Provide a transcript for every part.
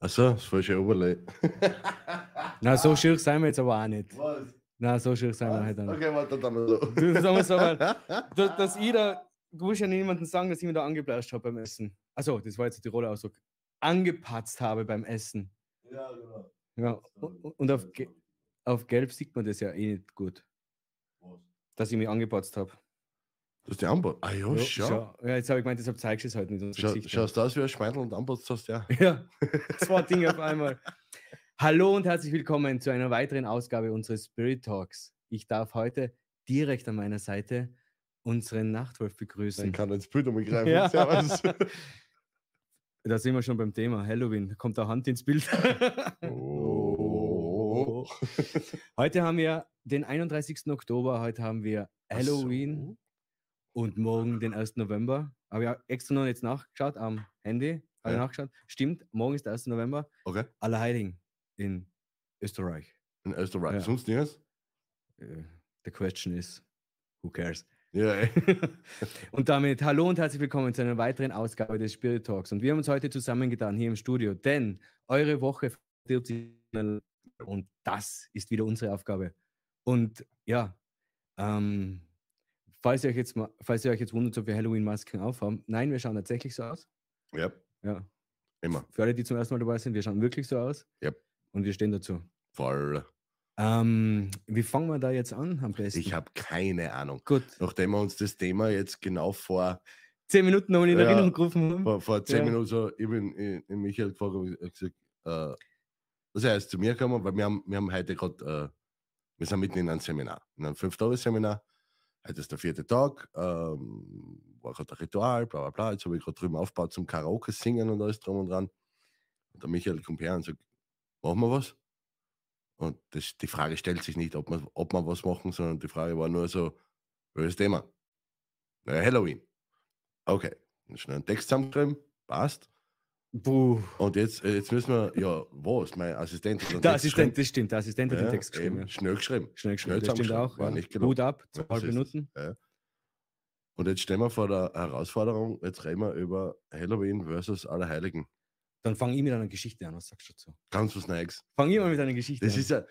Achso, das war schon Overlay. Na, so schier sind wir jetzt aber auch nicht. Was? Na, so schier sind wir Was? halt auch nicht. Okay, warte, dann mal so. Du, sagen wir's aber, dass, dass ich da, du musst ja niemandem sagen, dass ich mich da angeplascht habe beim Essen. Achso, das war jetzt die Rolle Ausdruck. Angepatzt habe beim Essen. Ja, genau. Ja, und, und auf, ge auf Gelb sieht man das ja eh nicht gut, Was? dass ich mich angepatzt habe. Du hast die Anbot. Ah ja, schau. schau. ja, jetzt habe ich gemeint, deshalb zeigst du es halt nicht. unser schau Gesicht. schaust du aus wie ein Schmeidel und Anbot hast ja. Ja, zwei Dinge auf einmal. Hallo und herzlich willkommen zu einer weiteren Ausgabe unseres Spirit Talks. Ich darf heute direkt an meiner Seite unseren Nachtwolf Dann begrüßen. kann er ins Bild umgreifen. Ja. Servus. Da sind wir schon beim Thema Halloween. Kommt da Hand ins Bild. Oh. heute haben wir den 31. Oktober, heute haben wir Halloween und morgen den 1. November. Habe ich auch extra noch jetzt nachgeschaut am Handy. Habe ich Ja. nachgeschaut. Stimmt, morgen ist der 1. November. Okay. Allerheiligen in Österreich. In Österreich. Ja. Sonst nichts? Äh, The question is, who cares? Ja, eh. ey. und damit hallo und herzlich willkommen zu einer weiteren Ausgabe des Spirit Talks. Und wir haben uns heute zusammengetan hier im Studio, denn eure Woche verdirbt sich schnell und das ist wieder unsere Aufgabe. Und ja, ähm, falls ihr euch jetzt ma- falls ihr euch jetzt wundert, ob wir Halloween-Masken aufhaben, nein, wir schauen tatsächlich so aus. Ja, Ja. immer. Für alle, die zum ersten Mal dabei sind, wir schauen wirklich so aus. Ja. Und wir stehen dazu. Voll. Ähm, wie fangen wir da jetzt an am besten? Ich habe keine Ahnung. Gut. Nachdem wir uns das Thema jetzt genau vor, zehn Minuten nochmal in Ja. Erinnerung gerufen haben. vor, vor zehn Ja. Minuten so, ich bin in, in Michael gefragt, hab ich gesagt, äh, dass er jetzt zu mir gekommen, weil wir haben, wir haben heute gerade, äh, wir sind mitten in einem Seminar, in einem Fünf-Tage-Seminar. Heute ist der vierte Tag, ähm, war gerade ein Ritual, bla bla bla. Jetzt habe ich gerade drüben aufgebaut zum Karaoke singen und alles drum und dran. Und der Michael kommt her und sagt, machen wir was? Und das, die Frage stellt sich nicht, ob man, ob man was machen, sondern die Frage war nur so, welches Thema? Naja, Halloween. Okay, dann schnell einen Text zusammenschreiben, passt. Buh. Und jetzt, äh, jetzt müssen wir, ja, was? Mein Assistent. hat einen Der Text Assistent, das stimmt, der Assistent hat geschrieben. den Text Ja, eben, geschrieben. Ja. Schnell geschrieben. Schnell schnell geschrieben, das stimmt zusammengeschrieben, auch. war ja. nicht genau. Hut ab, Ja, zweieinhalb so ist es. Minuten. Und jetzt stehen wir vor der Herausforderung, jetzt reden wir über Halloween versus Allerheiligen. Dann fang ich mit einer Geschichte an, was sagst du dazu? Ganz was Neues. Fang ich mal mit einer Geschichte Das an. ist ja,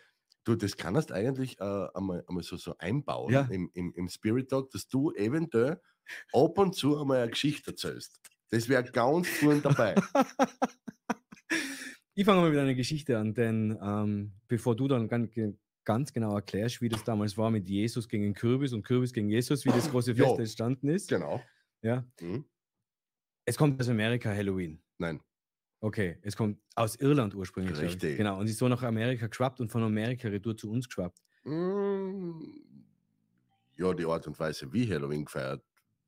du, das kannst eigentlich äh, einmal, einmal so, so einbauen Ja. im, im, im Spirit Talk, dass du eventuell ab und zu einmal eine Geschichte erzählst. Das wäre ganz vorn dabei. ich fange mal mit einer Geschichte an, denn ähm, bevor du dann ganz, ganz genau erklärst, wie das damals war mit Jesus gegen den Kürbis und Kürbis gegen Jesus, wie das große Ja. Fest entstanden ist. genau. Ja. Mhm. Es kommt aus Amerika Halloween. Nein, Okay, es kommt aus Irland ursprünglich. glaub ich. Richtig. Genau, und ist so nach Amerika geschwappt und von Amerika retour zu uns geschwappt. Mm, Ja, die Art und Weise, wie Halloween gefeiert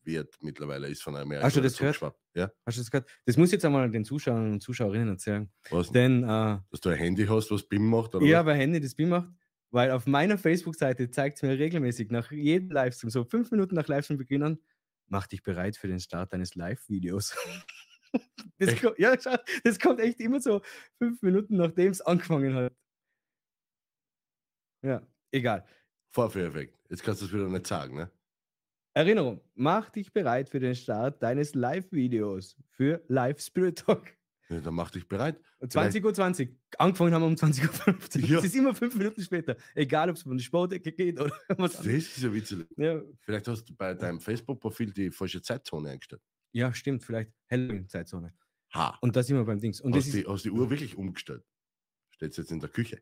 wird, mittlerweile ist von Amerika. Hast du das gehört? dazugeschwappt. Ja, Hast du das gehört? Das muss ich jetzt einmal den Zuschauern und Zuschauerinnen erzählen. was? Denn äh, Dass du ein Handy hast, was BIM macht? Oder ich was? habe ein Handy, das BIM macht, weil auf meiner Facebook-Seite zeigt es mir regelmäßig nach jedem Livestream, so fünf Minuten nach Livestream-Beginn an, mach dich bereit für den Start deines Live-Videos. das, Echt? kommt, ja, schau, das kommt echt immer so fünf Minuten, nachdem es angefangen hat. Ja, egal. Vorführeffekt. Jetzt kannst du es wieder nicht sagen, ne? Erinnerung, mach dich bereit für den Start deines Live-Videos für Live Spirit Talk. Ja, dann mach dich bereit. Und Vielleicht- 20.20 Uhr. 20. Angefangen haben wir um 20.15 Uhr. Ja. Es ist immer fünf Minuten später. Egal, ob es um die Sportecke geht oder was Das anderes. ist ja witzig. Ja. Vielleicht hast du bei deinem Facebook-Profil die falsche Zeitzone eingestellt. ja, stimmt. Vielleicht Halloween-Zeitzone. Ha! Und da sind wir beim Dings. Und das hast, ist. die, hast die Uhr wirklich umgestellt? Steht jetzt in der Küche,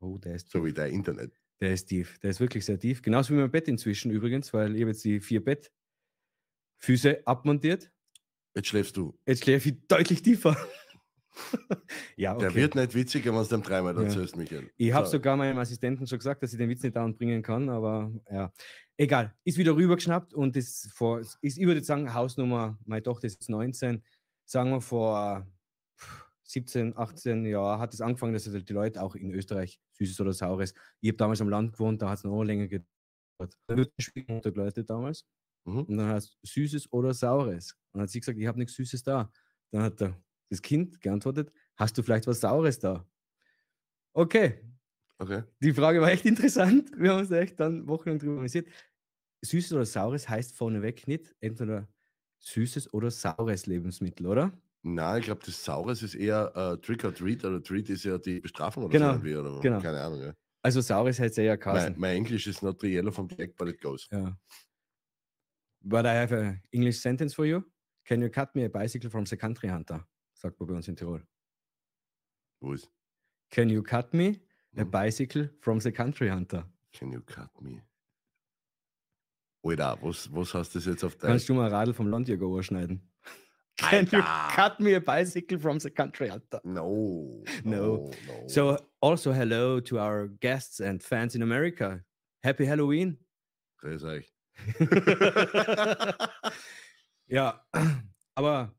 Oh, der ist, so wie dein Internet. der ist tief. Der ist wirklich sehr tief. Genauso wie mein Bett inzwischen übrigens, weil ich habe jetzt die vier Bettfüße abmontiert. Jetzt schläfst du. Jetzt schläfe ich deutlich tiefer. ja, okay. Der wird nicht witziger, wenn du dem dreimal Ja. erzählst, Michael. Ich habe So, sogar meinem Assistenten schon gesagt, dass ich den Witz nicht dauernd bringen kann, aber ja, egal. Ist wieder rübergeschnappt und ist vor, ist, ich würde sagen, Hausnummer, meine Tochter ist jetzt 19, sagen wir vor pff, 17, 18 Jahren hat es angefangen, dass halt die Leute auch in Österreich Süßes oder Saures. Ich habe damals am Land gewohnt, da hat es noch länger gedauert. Dann wird die Schwiegermutter geläutet damals Mhm. und dann heißt Süßes oder Saures. Und dann hat sie gesagt, ich habe nichts Süßes da. Dann hat der, das Kind geantwortet, hast du vielleicht was Saures da? Okay, Okay. die Frage war echt interessant. Wir haben uns da echt dann wochenlang drüber amüsiert. Süßes oder saures heißt vorneweg nicht entweder süßes oder saures Lebensmittel, oder? Na, ich glaube, das Saures ist eher äh, Trick or Treat oder Treat ist ja die Bestrafung oder Genau, so. irgendwie, Oder, genau. Keine Ahnung. Ja. Also Saures heißt ja ja Mein, Carson. mein Englisch ist not the yellow from the egg, but it goes. Ja. But I have an English sentence for you. Can you cut me a bicycle from the country hunter? Sagt man bei uns in Tirol. Wo ist? Can you cut me a Mhm. bicycle from the country hunter? Can you cut me? Alter, was, was heißt das jetzt auf Kannst Deutsch? du mal ein Radl vom Landjäger überschneiden? Can you Alter! cut me a bicycle from the country hunter? No. No. No. no. So, also hello to our guests and fans in America. Happy Halloween. Grüß euch. ja, aber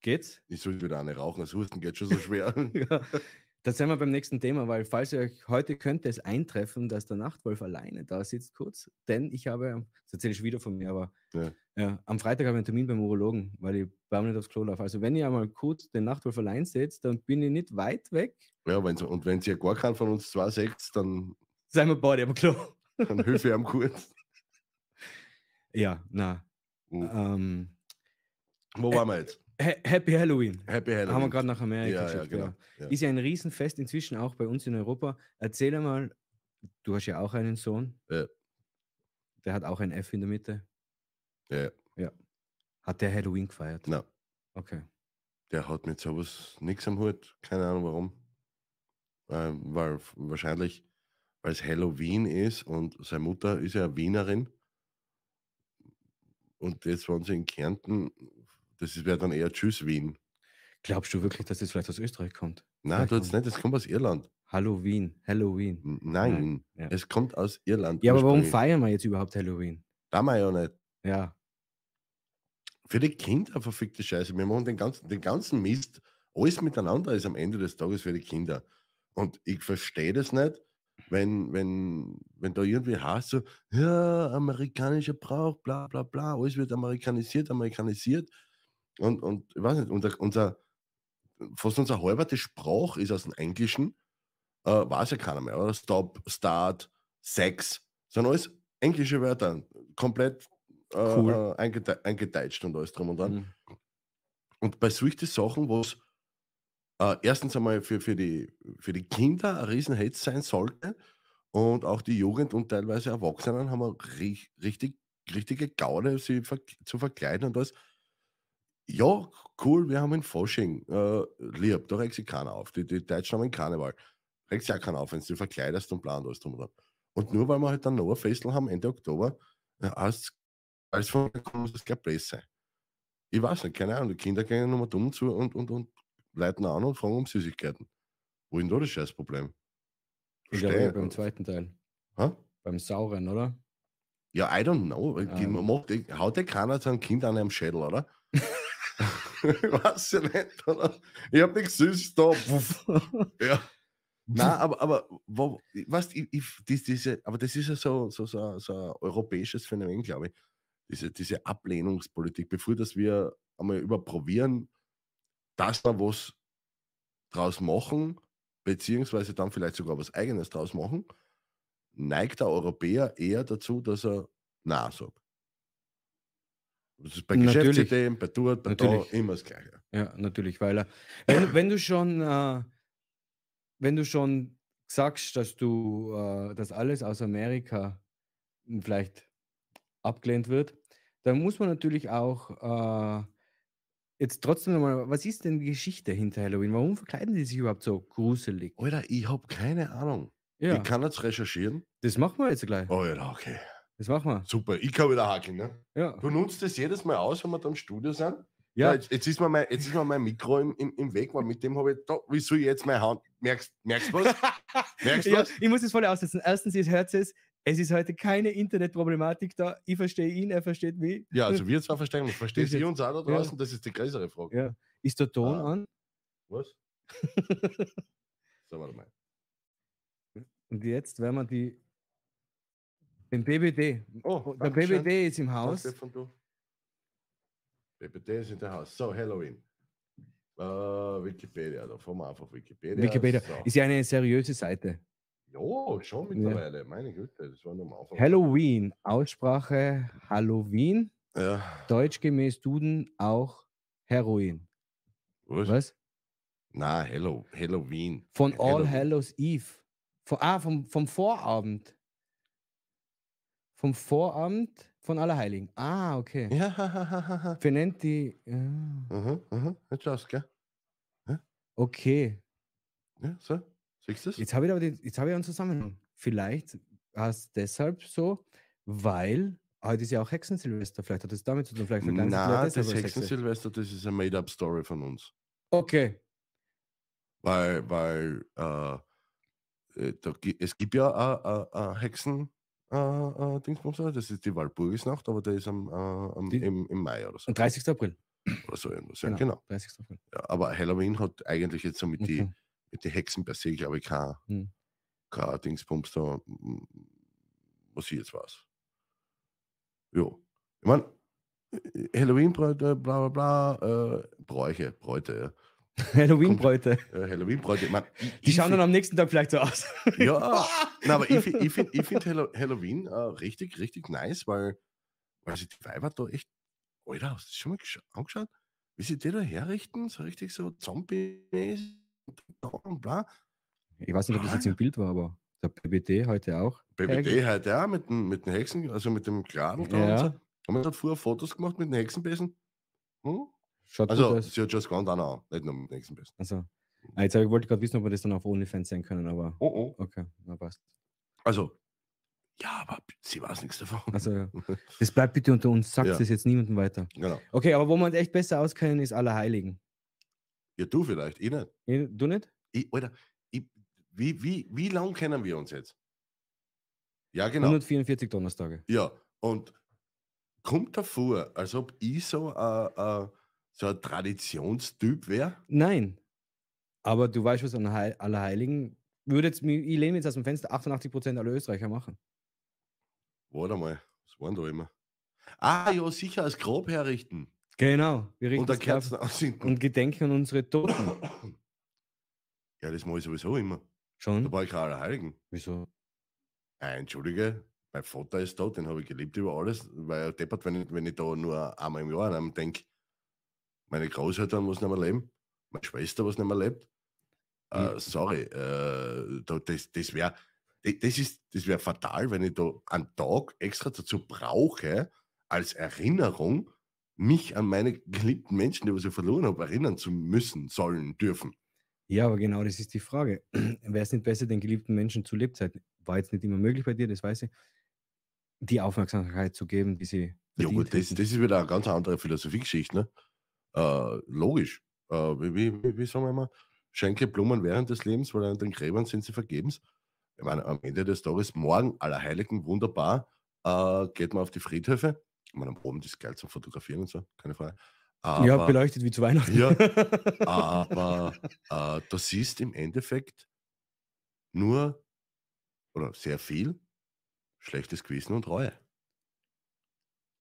geht's? Ich sollte wieder eine rauchen, das Husten geht schon so schwer. Ja. Da sind wir beim nächsten Thema, weil falls ihr euch heute könnte es eintreffen, dass der Nachtwolf alleine da sitzt, kurz, denn ich habe, am- das erzähle ich wieder von mir, aber Ja. ja, am Freitag habe ich einen Termin beim Urologen, weil ich permanent aufs Klo laufe. Also wenn ihr einmal kurz den Nachtwolf allein seht, dann bin ich nicht weit weg, ja, wenn's, und wenn ihr gar keinen von uns zwei seht, dann, seien wir beide am Klo. dann hilfe ich ihm kurz. Ja, na. Mhm. Ähm, Wo waren wir jetzt? ha Happy Halloween. Happy Halloween. Haben wir gerade nach Amerika ja, ja, geschickt, genau. Ja. Ist ja ein Riesenfest inzwischen auch bei uns in Europa. Erzähl einmal, du hast ja auch einen Sohn. Ja. Der hat auch ein F in der Mitte. Ja. ja. Hat der Halloween gefeiert? Nein. Okay. Der hat mit sowas nichts am Hut. Keine Ahnung warum. Ähm, weil f- wahrscheinlich, weil es Halloween ist und seine Mutter ist ja Wienerin. Und jetzt waren sie in Kärnten. Das wäre dann eher Tschüss Wien. Glaubst du wirklich, dass das vielleicht aus Österreich kommt? Nein, Vielleicht tut's kommt- nicht, das kommt aus Irland. Halloween, Halloween. N- Nein, ja. es kommt aus Irland. Ja, aber warum ursprünglich. feiern wir jetzt überhaupt Halloween? Da wir ja nicht. Ja. Für die Kinder verfickte Scheiße. Wir machen den ganzen, den ganzen Mist. Alles miteinander ist am Ende des Tages für die Kinder. Und ich verstehe das nicht, wenn, wenn, wenn da irgendwie heißt so, ja, amerikanischer Brauch, bla bla bla, alles wird amerikanisiert, amerikanisiert. Und, und ich weiß nicht, unser, unser fast unser halber Sprach ist aus dem Englischen, äh, weiß ja keiner mehr, oder? Stop, Start, Sex, sind alles englische Wörter, komplett äh, Cool. äh, eingete eingedeutscht und alles drum und dran. Mhm. Und bei solchen Sachen, wo es äh, erstens einmal für, für, die, für die Kinder ein Riesenhetz sein sollte und auch die Jugend und teilweise Erwachsenen haben wir ri richtig, richtige Gaude, sie ver zu verkleiden und alles. Ja, cool, wir haben ein Fasching. Äh, lieb, da regt sich keiner auf. Die, die Deutschen haben einen Karneval. Regt sich auch keiner auf, wenn du dich verkleidest und bla und alles drum und dran. Und nur weil wir halt dann noch ein Festel haben, Ende Oktober, ja, als, als von muss es gleich besser sein ich weiß nicht, keine Ahnung, die Kinder gehen nochmal dumm zu und, und, und leiten an und fragen um Süßigkeiten. Wo ist denn da das Scheißproblem? Ich glaube, ja, Verstehe. beim zweiten Teil. Hä? Beim sauren, oder? Ja, I don't know. weil Die, Ähm. man macht, die- haut ja keiner sein Kind an einem Schädel, oder? ich weiß ja nicht, oder? Ich hab nichts Süßes da. Pff, ja. Nein, aber, aber wo, weißt, ich, ich, dies, diese, aber das ist ja so, so, so, so ein europäisches Phänomen, glaube ich. Diese, diese Ablehnungspolitik, bevor dass wir einmal überprobieren, dass wir was draus machen, beziehungsweise dann vielleicht sogar was eigenes draus machen, neigt der Europäer eher dazu, dass er Nein sagt. Das ist bei Natürlich. Geschäftsideen, bei dort, bei Natürlich. da, immer das Gleiche. Ja, natürlich, weil er, wenn, wenn du schon, äh, wenn du schon sagst, dass du, äh, dass alles aus Amerika m, vielleicht abgelehnt wird, dann muss man natürlich auch äh, jetzt trotzdem nochmal, was ist denn die Geschichte hinter Halloween? Warum verkleiden die sich überhaupt so gruselig? Alter, ich habe keine Ahnung. Ja, Ich kann jetzt recherchieren. das machen wir jetzt gleich. Alter, okay. Das machen wir. Super, ich kann wieder hakeln. Ne? Ja, Du nutzt das jedes Mal aus, wenn wir da im Studio sind. ja, jetzt, jetzt, ist mir mein, jetzt ist mir mein Mikro im, im, im Weg, weil mit dem habe ich da, wie soll ich jetzt meine Hand? Merkst du merkst was? Merkst du ja, was? ich muss es voll aussetzen. Erstens, ihr hört es, es ist heute keine Internetproblematik da. Ich verstehe ihn, er versteht mich. Ja, also wir zwei verstehen uns. Verstehst jetzt- du uns auch da ja. draußen? Das ist die größere Frage. Ja. Ist der Ton Ah. an? Was? so, warte mal. Und jetzt werden wir die. Den BBD. Oh, Der danke schön. BBD ist im Danke, Haus. Stefan, du. BPT ist in der Haus. So, Halloween. Äh, Wikipedia, da fahren wir einfach Wikipedia. Wikipedia. So. Ist ja eine seriöse Seite. ja, schon Ja. mittlerweile. Meine Güte, das war nur am Anfang. Halloween. Aussprache Halloween. Ja. Deutsch gemäß Duden auch Heroin. Was? Was? Na, Hello, Halloween. Von All Halloween. Hallows Eve. Von, ah, vom, vom Vorabend. Vom Vorabend von Allerheiligen. Ah, okay. Ja, ha, ha, ha, ha, ha. Benennt die. Ja. Mhm, mhm. Jetzt schaust gell? Okay. Ja, so. Siehst du Jetzt habe ich aber den, jetzt habe ich einen Zusammenhang. Vielleicht hast deshalb so, weil heute ist ja auch Hexensilvester. Vielleicht hat es damit zu tun. Vielleicht vergleichen sich die Na, Leute das selber als Hexe. Hexensilvester, das ist eine Made-up-Story von uns. Okay. Weil, weil, äh, äh, da, gi- es gibt ja a- a- a Hexen, äh, äh, Dingsbums, oder? das ist die Walpurgisnacht, aber der ist am, äh, am, Die- im, im Mai oder so. Am 30. April. Oder so irgendwas. Ja, genau. 30. April. Ja, aber Halloween hat eigentlich jetzt so mit die Okay. mit den Hexen per se, glaube ich, kein, Hm. kein Dingsbums da, mm, was ich jetzt weiß. Jo. Ich meine, Halloween-Bräute, bla bla bla, äh, Bräuche, Bräute, Halloween-Bräute. ja. Äh, Halloween-Bräute, ich meine, Die schauen dann am nächsten Tag vielleicht so aus. Ja, Nein, aber ich, fi- ich finde ich find Hallo- Halloween äh, richtig, richtig nice, weil, weil sich die Weiber da echt, Alter, hast du das schon mal gesch- angeschaut? Wie sie die da herrichten, so richtig so Zombie-mäßig und bla. Ich weiß nicht, ob das jetzt im Bild war, aber der PBT heute auch. BBD heute auch mit den, mit den Hexen, also mit dem Kladel da und so. Ja, Haben wir gerade früher Fotos gemacht mit den Hexenbesen? Hm? schaut also, Also, gut aus. sie hat schon das Grand auch noch, nicht nur mit den Hexenbesen. Also, ah, jetzt hab ich wollte gerade wissen, ob wir das dann auf OnlyFans sehen können, aber Oh, oh. okay, na passt. Also, ja, aber sie weiß nichts davon. Also, ja. das bleibt bitte unter uns, sagt Ja. es jetzt niemandem weiter. genau. Okay, aber wo man echt besser auskennen, ist Allerheiligen. Ja, du vielleicht, ich nicht. Eh, Du nicht? Ich, Alter, ich, wie, wie, wie lang kennen wir uns jetzt? Ja, genau. 144 Donnerstage. ja, und kommt davor, als ob ich so, ein- ein- so ein Traditionstyp wäre? Nein. Aber du weißt, was an Heil Allerheiligen würde jetzt, mi- ich lehne jetzt aus dem Fenster 88% aller Österreicher machen. Warte mal, was waren da immer? Ah, ja, sicher, als Grab herrichten. Genau. Wir richten und dann das Grab Kerzen anzünden. und gedenken an unsere Toten. Ja, das mache ich sowieso immer. Da Schon? war ich kein Allerheiligen. Wieso? Ah, entschuldige, mein Vater ist da, den habe ich geliebt über alles, weil er deppert, wenn ich, wenn ich da nur einmal im Jahr an denke, meine Großeltern, was nicht mehr leben, meine Schwester, was nicht mehr lebt. Mhm. Äh, sorry, äh, da, das, das wäre das ist, das wär fatal, wenn ich da einen Tag extra dazu brauche, als Erinnerung, mich an meine geliebten Menschen, die ich so verloren habe, erinnern zu müssen, sollen, dürfen. Ja, aber genau das ist die Frage. Wäre es nicht besser, den geliebten Menschen zu Lebzeiten, war jetzt nicht immer möglich bei dir, das weiß ich, die Aufmerksamkeit zu geben, die sie. Ja verdient gut, das, hätten? das ist wieder eine ganz andere Philosophiegeschichte. Ne? Äh, logisch. Äh, wie, wie, wie, wie sagen wir mal, schenke Blumen während des Lebens, weil an den Gräbern sind sie vergebens. Ich meine, am Ende des Tages, morgen, Allerheiligen, wunderbar, äh, geht man auf die Friedhöfe. Ich meine, am Abend ist geil zum Fotografieren und so, keine Frage. Aber, ja, beleuchtet wie zu Weihnachten. Ja, Ah, aber äh, du siehst im Endeffekt nur oder sehr viel schlechtes Gewissen und Reue.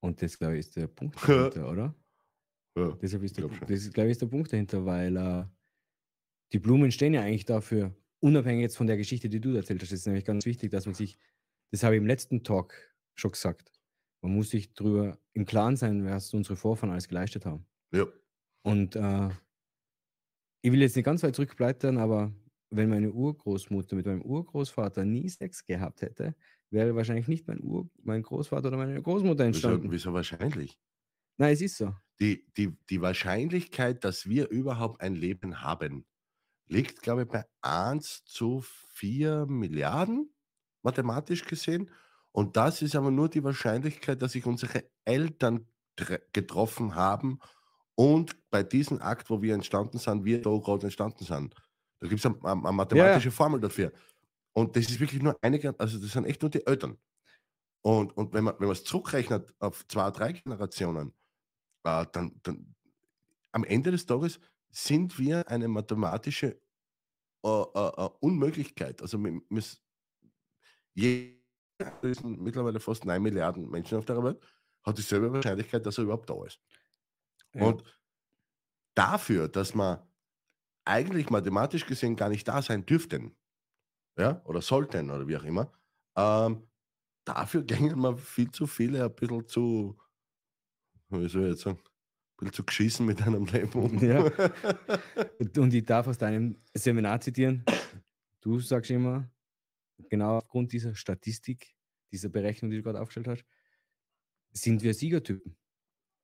Und das, glaube ich, ist der Punkt dahinter, oder? Ja. Deshalb ist der, glaub Punkt- schon. das ist, glaube ich, ist der Punkt dahinter, weil äh, die Blumen stehen ja eigentlich dafür, unabhängig jetzt von der Geschichte, die du da erzählt hast. Das ist nämlich ganz wichtig, dass man sich, das habe ich im letzten Talk schon gesagt, man muss sich drüber im Klaren sein, was unsere Vorfahren alles geleistet haben. Ja. Und äh, ich will jetzt nicht ganz weit zurückblättern, aber wenn meine Urgroßmutter mit meinem Urgroßvater nie Sex gehabt hätte, wäre wahrscheinlich nicht mein, Ur mein Großvater oder meine Großmutter Wieso, entstanden. wieso wahrscheinlich? Nein, es ist so. die, die, die Wahrscheinlichkeit, dass wir überhaupt ein Leben haben, liegt, glaube ich, bei 1 zu 4 Milliarden, mathematisch gesehen. Und das ist aber nur die Wahrscheinlichkeit, dass sich unsere Eltern tre- getroffen haben und bei diesem Akt, wo wir entstanden sind, wir da gerade entstanden sind. Da gibt es eine, eine mathematische Formel dafür. Und das ist wirklich nur eine, Gen- also das sind echt nur die Eltern. Und, und wenn man es zurückrechnet auf zwei, drei Generationen, äh, dann, dann am Ende des Tages sind wir eine mathematische äh, äh, äh, Unmöglichkeit. Also mi- mis- je- es sind mittlerweile fast 9 Milliarden Menschen auf der Welt, hat dieselbe Wahrscheinlichkeit, dass er überhaupt da ist. Ja. Und dafür, dass man eigentlich mathematisch gesehen gar nicht da sein dürften, ja, oder sollten, oder wie auch immer, ähm, dafür gingen wir viel zu viele ein bisschen zu wie soll ich jetzt sagen, ein bisschen zu geschissen mit deinem Leben. um. Ja. Und und ich darf aus deinem Seminar zitieren. Du sagst immer, genau aufgrund dieser Statistik, dieser Berechnung, die du gerade aufgestellt hast, sind wir Siegertypen.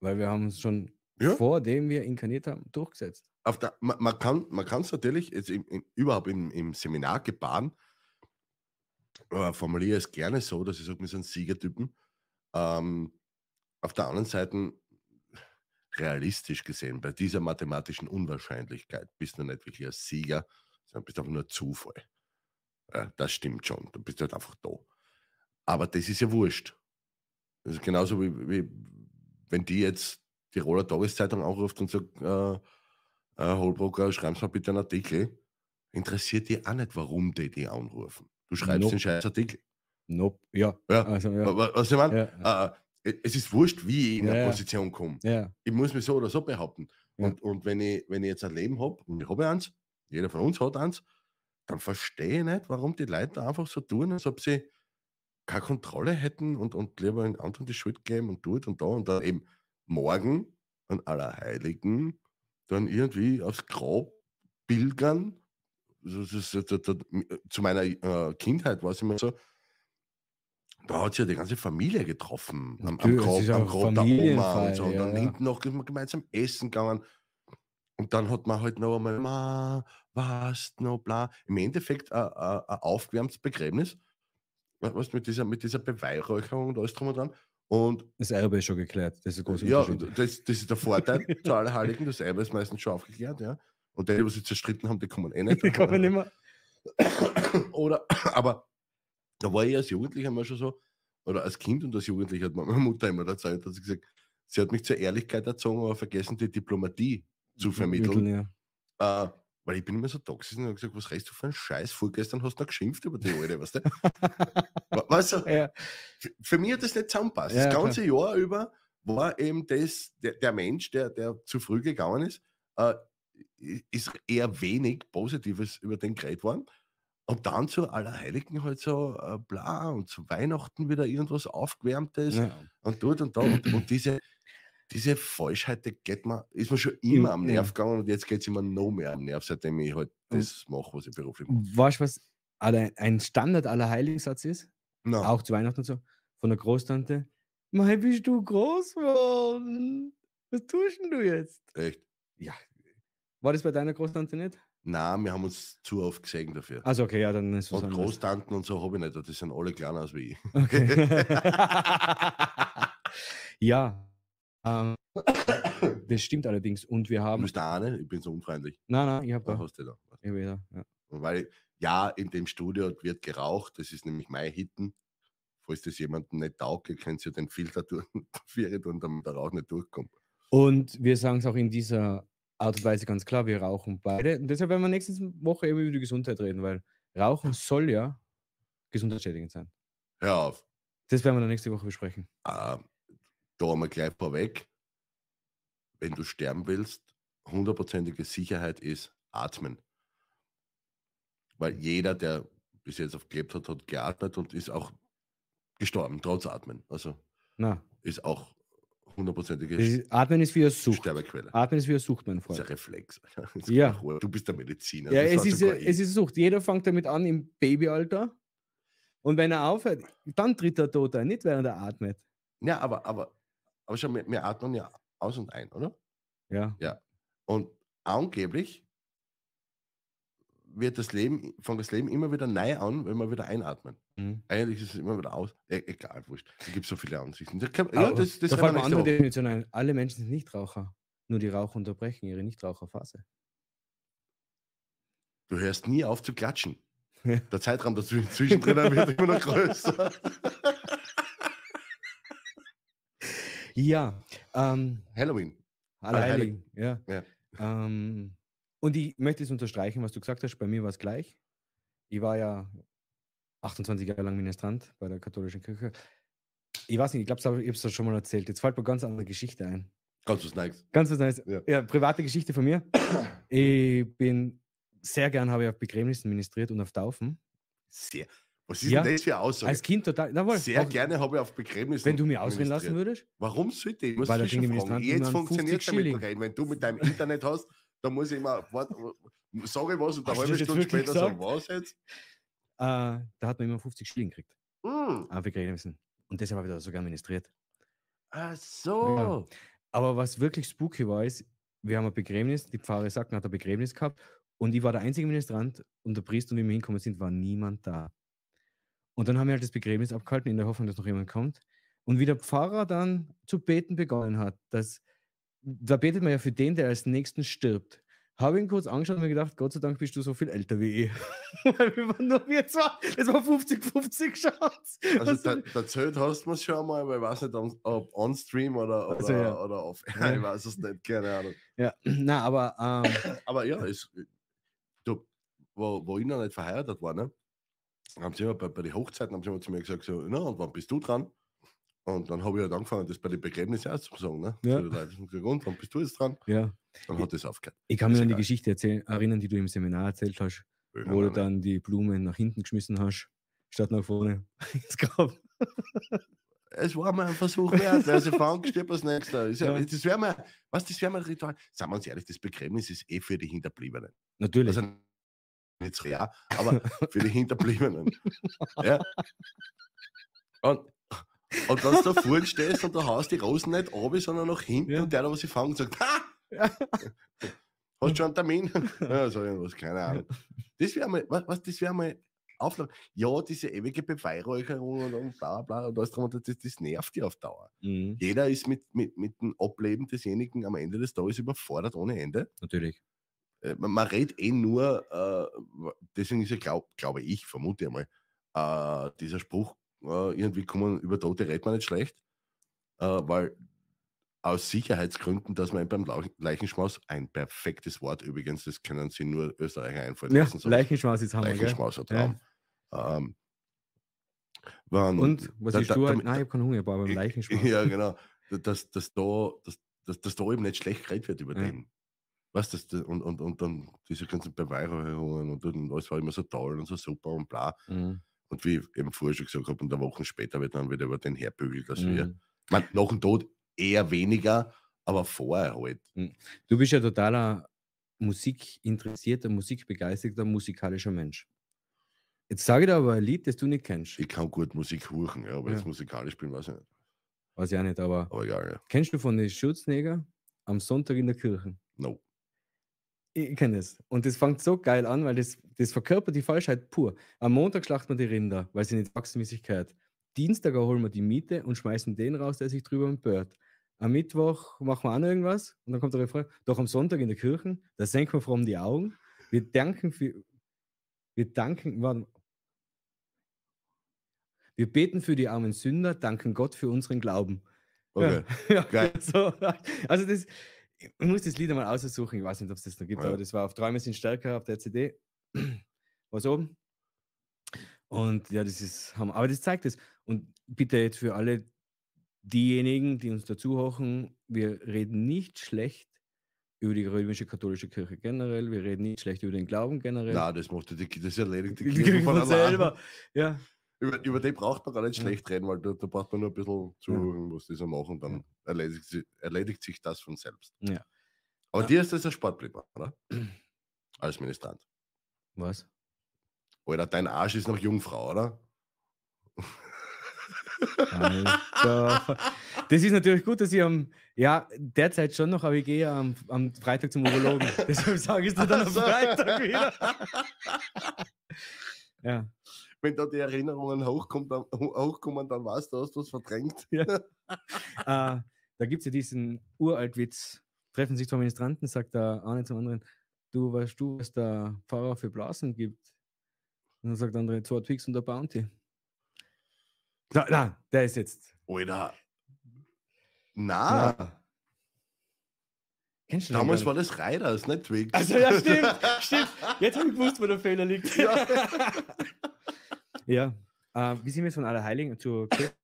Weil wir haben uns schon Ja. vor dem wir inkarniert haben, durchgesetzt. auf der, man, man kann man kann es natürlich jetzt im, im, überhaupt im, im Seminar gebaren, äh, formuliere es gerne so, dass ich sage, wir sind Siegertypen. Ähm, auf der anderen Seite, realistisch gesehen, bei dieser mathematischen Unwahrscheinlichkeit bist du nicht wirklich ein Sieger, sondern bist einfach nur Zufall. Ja, das stimmt schon, du bist halt einfach da. Aber das ist ja wurscht. Das ist genauso wie, wie wenn die jetzt die Roller Tageszeitung anruft und sagt, äh, äh, Holbrocker, schreiben Sie mal bitte einen Artikel. Interessiert die auch nicht, warum die die anrufen. Du schreibst Nope. den scheiß Artikel. Nope. Ja. Ja. Also, ja. Wa- wa- Was ich meine? ja. Äh, es ist wurscht, wie ich in Ja, eine ja. Position komme. ja. Ich muss mich so oder so behaupten. Ja. Und, und wenn, ich, wenn ich jetzt ein Leben habe, und ich habe eins, jeder von uns hat eins, dann verstehe ich nicht, warum die Leute einfach so tun, als ob sie keine Kontrolle hätten und, und lieber den anderen die Schuld geben und tut und da und dann eben morgen an Allerheiligen dann irgendwie aufs Grab pilgern. Also Das ist, das, das, das, zu meiner äh, Kindheit war es immer so, da hat sich ja die ganze Familie getroffen. Am, am Natürlich, es Grab, ist am auch Grab der Oma Familienfeier, und so. Und ja, dann ja. hinten noch gem- gemeinsam essen gegangen. Und dann hat man halt noch einmal, ma, was, no, bla. Im Endeffekt ein, ein, ein aufgewärmtes Begräbnis. We- Weißt du, mit dieser, mit dieser Beweihräucherung und alles drum und dran. Und Das Erbe ist schon geklärt. Das ist ein großer ja, Unterschied. und das, das ist der Vorteil zu Allerheiligen. Das Eiweiß ist meistens schon aufgeklärt, ja. Und die, die sich zerstritten haben, die kommen eh nicht. Die kommen nicht mehr. Oder, aber da war ich als Jugendlicher mal schon so, oder als Kind und als Jugendlicher hat mir meine Mutter immer erzählt, dass sie gesagt, sie hat mich zur Ehrlichkeit erzogen, aber vergessen die Diplomatie zu vermitteln. ja. Äh, weil ich bin immer so toxisch und habe gesagt, was reichst du für einen Scheiß? Vorgestern hast du noch geschimpft über die Alte, weißt du? Wa- weißt du? Ja. F- Für mich hat das nicht zusammenpasst. Ja, das klar. ganze Jahr über war eben das, der, der Mensch, der, der zu früh gegangen ist, äh, i- ist eher wenig Positives über den geredet worden. Und dann zu Allerheiligen halt so äh, bla und zu Weihnachten wieder irgendwas Aufgewärmtes Ja. und dort und da. Und, und diese, diese Falschheit, die geht mir, ist mir schon immer am ja. Nerv gegangen und jetzt geht es immer noch mehr am Nerv, seitdem ich halt Und- das mache, was ich beruflich mache. Weißt du, was alle- ein Standard aller Heiligensatz ist? Nein. Auch zu Weihnachten und so. Von der Großtante. Mei, bist du groß geworden? Was tust denn du jetzt? Echt. War das bei deiner Großtante nicht? Nein, wir haben uns zu oft gesehen dafür. Also okay, ja, dann ist was und anderes. Großtanten und so habe ich nicht, die sind alle kleiner als wie ich. Okay. ja. Ähm, das stimmt allerdings. Und wir Du haben. Ah. bist der eine, ich bin so unfreundlich. Nein, nein, ich habe Da da. hast du da. Ich hab eh da ja. Und weil, ja, in dem Studio wird geraucht, das ist nämlich mein Hitten. Falls das jemandem nicht taugt, ihr könnt ja den Filter tun, Viere tun, damit der Rauch nicht durchkommt. Und wir sagen es auch in dieser Art und Weise ganz klar, wir rauchen beide. Und deshalb werden wir nächste Woche eben über die Gesundheit reden, weil Rauchen soll ja gesundheitsschädigend sein. Hör auf. Das werden wir dann nächste Woche besprechen. Äh, da einmal gleich vorweg, wenn du sterben willst, hundertprozentige Sicherheit ist atmen. Weil jeder, der bis jetzt auf gelebt hat, hat geatmet und ist auch gestorben, trotz Atmen. Also Na, ist auch hundertprozentige das ist, Atmen ist wie eine Sucht. Sterbequelle. Atmen ist wie eine Sucht, mein Das ist ein Freund. Reflex. Das ist Ja. keine Ruhe. Du bist der Mediziner. Ja, das es weiß ist, sogar äh, ich. es ist Sucht. Jeder fängt damit an im Babyalter. Und wenn er aufhört, dann tritt er tot ein, nicht während er atmet. ja, aber, aber, aber schon, wir, wir atmen ja aus und ein, oder? Ja. Und angeblich wird das Leben, fängt das Leben immer wieder neu an, wenn wir wieder einatmen. Mhm. Eigentlich ist es immer wieder aus. E egal, wurscht. Es gibt so viele Ansichten. Da kann, Aber ja, das, das da reden wir nächste fällt mir eine andere Woche. Definition ein. Alle Menschen sind Nichtraucher. Nur die Raucher unterbrechen ihre Nichtraucherphase. Du hörst nie auf zu klatschen. Ja. Der Zeitraum dazwischen zwischendrin wird immer noch größer. Ja. Ähm, Halloween. Allerheiligen, ja. Ja. Ähm, und ich möchte es unterstreichen, was du gesagt hast. Bei mir war es gleich. Ich war ja 28 Jahre lang Ministrant bei der katholischen Kirche. Ich weiß nicht, ich glaube, ich habe es das schon mal erzählt. Jetzt fällt mir ganz andere Geschichte ein. Ganz was Neues. Ganz was Neues. Ja. Ja. private Geschichte von mir. Ich bin sehr gern, habe ich auf Begräbnissen ministriert und auf Taufen. Sehr. Was ist Ja, denn das für eine Aussage? Als Kind total. Jawohl, Sehr auch, gerne habe ich auf Begräbnissen. Wenn du mir ausreden lassen administriert. würdest, Warum sollte ich? Ich muss Weil der zwischenfragen. Dingeministrant immer Jetzt einen 50 funktioniert damit Schilling. rein. Wenn du mit deinem Internet hast, dann muss ich immer, warte, sorry was und eine Hast du halbe das jetzt Stunde wirklich später sagen, gesagt? was jetzt? äh, da hat man immer 50 Schilling gekriegt. Hm, Aber wir kriegen müssen. Und deshalb habe ich das sogar administriert. ach so. Aber was wirklich spooky war, ist, wir haben ein Begräbnis, die Pfarrer sagten, hat ein Begräbnis gehabt und ich war der einzige Ministrant und der Priester und wie wir hinkommen sind, war niemand da. Und dann haben wir halt das Begräbnis abgehalten in der Hoffnung, dass noch jemand kommt. Und wie der Pfarrer dann zu beten begonnen hat, dass, da betet man ja für den, der als nächsten stirbt. Habe ihn kurz angeschaut und mir gedacht, Gott sei Dank bist du so viel älter wie ich. Weil wir waren nur wir zwei. Es war 50-50 Schatz. Also Hast du- da, da zählt hast du es schon mal, aber ich weiß nicht, ob- ob on-stream oder, oder, Also, ja. oder auf. Ja. Ich weiß es nicht, keine Ahnung. ja, na, aber ähm, Aber ja, es, äh, du, wo, wo ich noch nicht verheiratet war, ne, haben sie immer bei, bei den Hochzeiten haben sie immer zu mir gesagt, so, na, und wann bist du dran? Und dann habe ich halt angefangen, das bei den Begräbnissen auch zu sagen. Ne? Ja. So, die Leute haben gesagt, und wann bist du jetzt dran? ja. Dann hat das aufgehört. Ich kann Ist mich an die egal. Geschichte erzählen, erinnern, die du im Seminar erzählt hast, wo du dann die Blumen nach hinten geschmissen hast, statt nach vorne ins Grab. Es war mal ein Versuch wert. Wer sie fangen, stirbt als nächster. Ist ja, Ja. Das wäre mal, was, das wäre mal ein Ritual. Sagen wir uns ehrlich, das Begräbnis ist eh für die Hinterbliebenen. Natürlich. Also nicht so, ja, aber für die Hinterbliebenen. ja. Und, und wenn du da vorne stehst und da haust die Rosen nicht runter, sondern nach hinten Ja. und der, der was sie fangen, sagt, ha! Ja. Hast schon einen Termin? ja, so irgendwas, keine Ahnung. Das wäre mal, was, was das wäre mal Auflagen. Ja, diese ewige Beweihräucherung und- und bla bla und alles drum, und das, das- das nervt ja auf Dauer. mhm, Jeder ist mit, mit, mit dem Ableben desjenigen am Ende des Tages überfordert ohne Ende natürlich. äh, man, man redet eh nur, äh, wa- deswegen ist ja, glaub, glaube ich, vermute ich mal, äh, dieser Spruch, äh, irgendwie kommen über Tote redet man nicht schlecht, äh, weil aus Sicherheitsgründen, dass man beim Lau- Leichenschmaus, ein perfektes Wort übrigens, das können sie nur Österreicher einfallen Ja, lassen. so Leichenschmaus ist Hammer, gell? Leichenschmaus oder Ja. Traum. Ähm, wenn- Und, was da- ist da- du halt? damit- Nein, ich habe keinen Hunger, aber beim Leichenschmaus. ja, genau. Da- Dass, dass, da, dass, dass, dass da eben nicht schlecht geredet wird über Ja. den. Weißt du, das- und, und, und dann diese ganzen Beweihräucherungen und, und alles war immer so toll und so super und bla. Mhm, Und wie ich eben vorher schon gesagt habe, und eine Woche später wird dann wieder über den herbügelt, dass wir, mhm. man, nach dem Tod eher weniger, aber vorher halt. Du bist ja totaler musikinteressierter, musikbegeisterter, musikalischer Mensch. Jetzt sage ich dir aber ein Lied, das du nicht kennst. Ich kann gut Musik huchen, ja, aber Ja. jetzt musikalisch bin, weiß ich nicht. Weiß ich auch nicht, aber Aber egal, ja. kennst du von den Schutznäger am Sonntag in der Kirche? No. Ich kenne das. Und das fängt so geil an, weil das, das verkörpert die Falschheit pur. Am Montag schlachten wir die Rinder, weil sie nicht wachsen, wie sich gehört. Dienstag erholen wir die Miete und schmeißen den raus, der sich drüber empört. Am Mittwoch machen wir auch noch irgendwas und dann kommt der Refrain. Doch am Sonntag in der Kirche, da senken wir fromm die Augen. Wir danken für. Wir danken. Warte. Wir beten für die armen Sünder, danken Gott für unseren Glauben. Okay. Ja, ja, Geil. So, also das, ich muss das Lied einmal aussuchen, ich weiß nicht, ob es das noch gibt, Ja. aber das war auf Träume sind stärker auf der CD. Was oben? Und ja, das ist Hammer. Aber das zeigt es. Und bitte jetzt für alle diejenigen, die uns dazuhören, wir reden nicht schlecht über die römische katholische Kirche generell, wir reden nicht schlecht über den Glauben generell. Nein, das macht die, das erledigt die Die Kirche Kirche von von allein. selber. Ja, Über, über den braucht man gar nicht Ja. schlecht reden, weil da, da braucht man nur ein bisschen zuhören, was die so machen, dann Ja. erledigt, si- erledigt sich das von selbst. Ja. Aber Ja. dir ist das ein Sportblieber, oder? Als Ministrant. was? Oder dein Arsch ist noch Jungfrau, oder? Alter. Das ist natürlich gut, dass ich am, ja, derzeit schon noch, aber ich gehe ja am, am Freitag zum Urologen. Deshalb sage ich es dir dann am Also. Freitag wieder. Ja, Wenn da die Erinnerungen hochkommt, dann, ho- hochkommen, dann weißt du, hast du was verdrängt. äh, da gibt es ja diesen Uraltwitz. Treffen sich zwei Ministranten, sagt der eine zum anderen, du weißt du, was der Pfarrer für Blasen gibt? Und dann sagt der andere, zwei Twix und der Bounty. Na, na, der ist jetzt. Oder. Na, na. Kennst du den gar damals nicht? war das Reiders, nicht Twix. Also ja, stimmt, stimmt. Jetzt habe ich gewusst, wo der Fehler liegt. Ja. Ja. Äh, wie sind wir jetzt von Allerheiligen zur Kirche?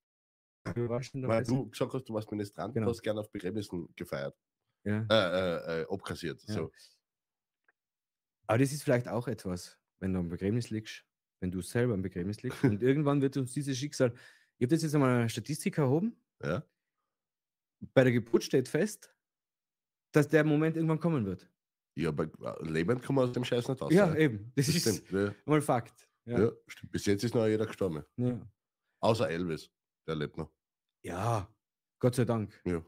Weil überraschenderweise? du gesagt hast, du warst Ministrant, Genau. du hast gerne auf Begräbnissen gefeiert, Ja. äh, äh, äh, abkassiert. Ja. So. Aber das ist vielleicht auch etwas, wenn du am Begräbnis liegst wenn du selber im Begräbnis liegst. Und irgendwann wird uns dieses Schicksal. Ich habe das jetzt einmal eine Statistik erhoben. Ja. Bei der Geburt steht fest, dass der Moment irgendwann kommen wird. Ja, aber äh, lebend kommen wir aus dem Scheiß nicht raus. ja, ne? eben. Das, das ist stimmt. Ja. mal Fakt. Ja. stimmt. Bis jetzt ist noch jeder gestorben. ja. Außer Elvis. Der lebt noch. Ja, Gott sei Dank. Ja.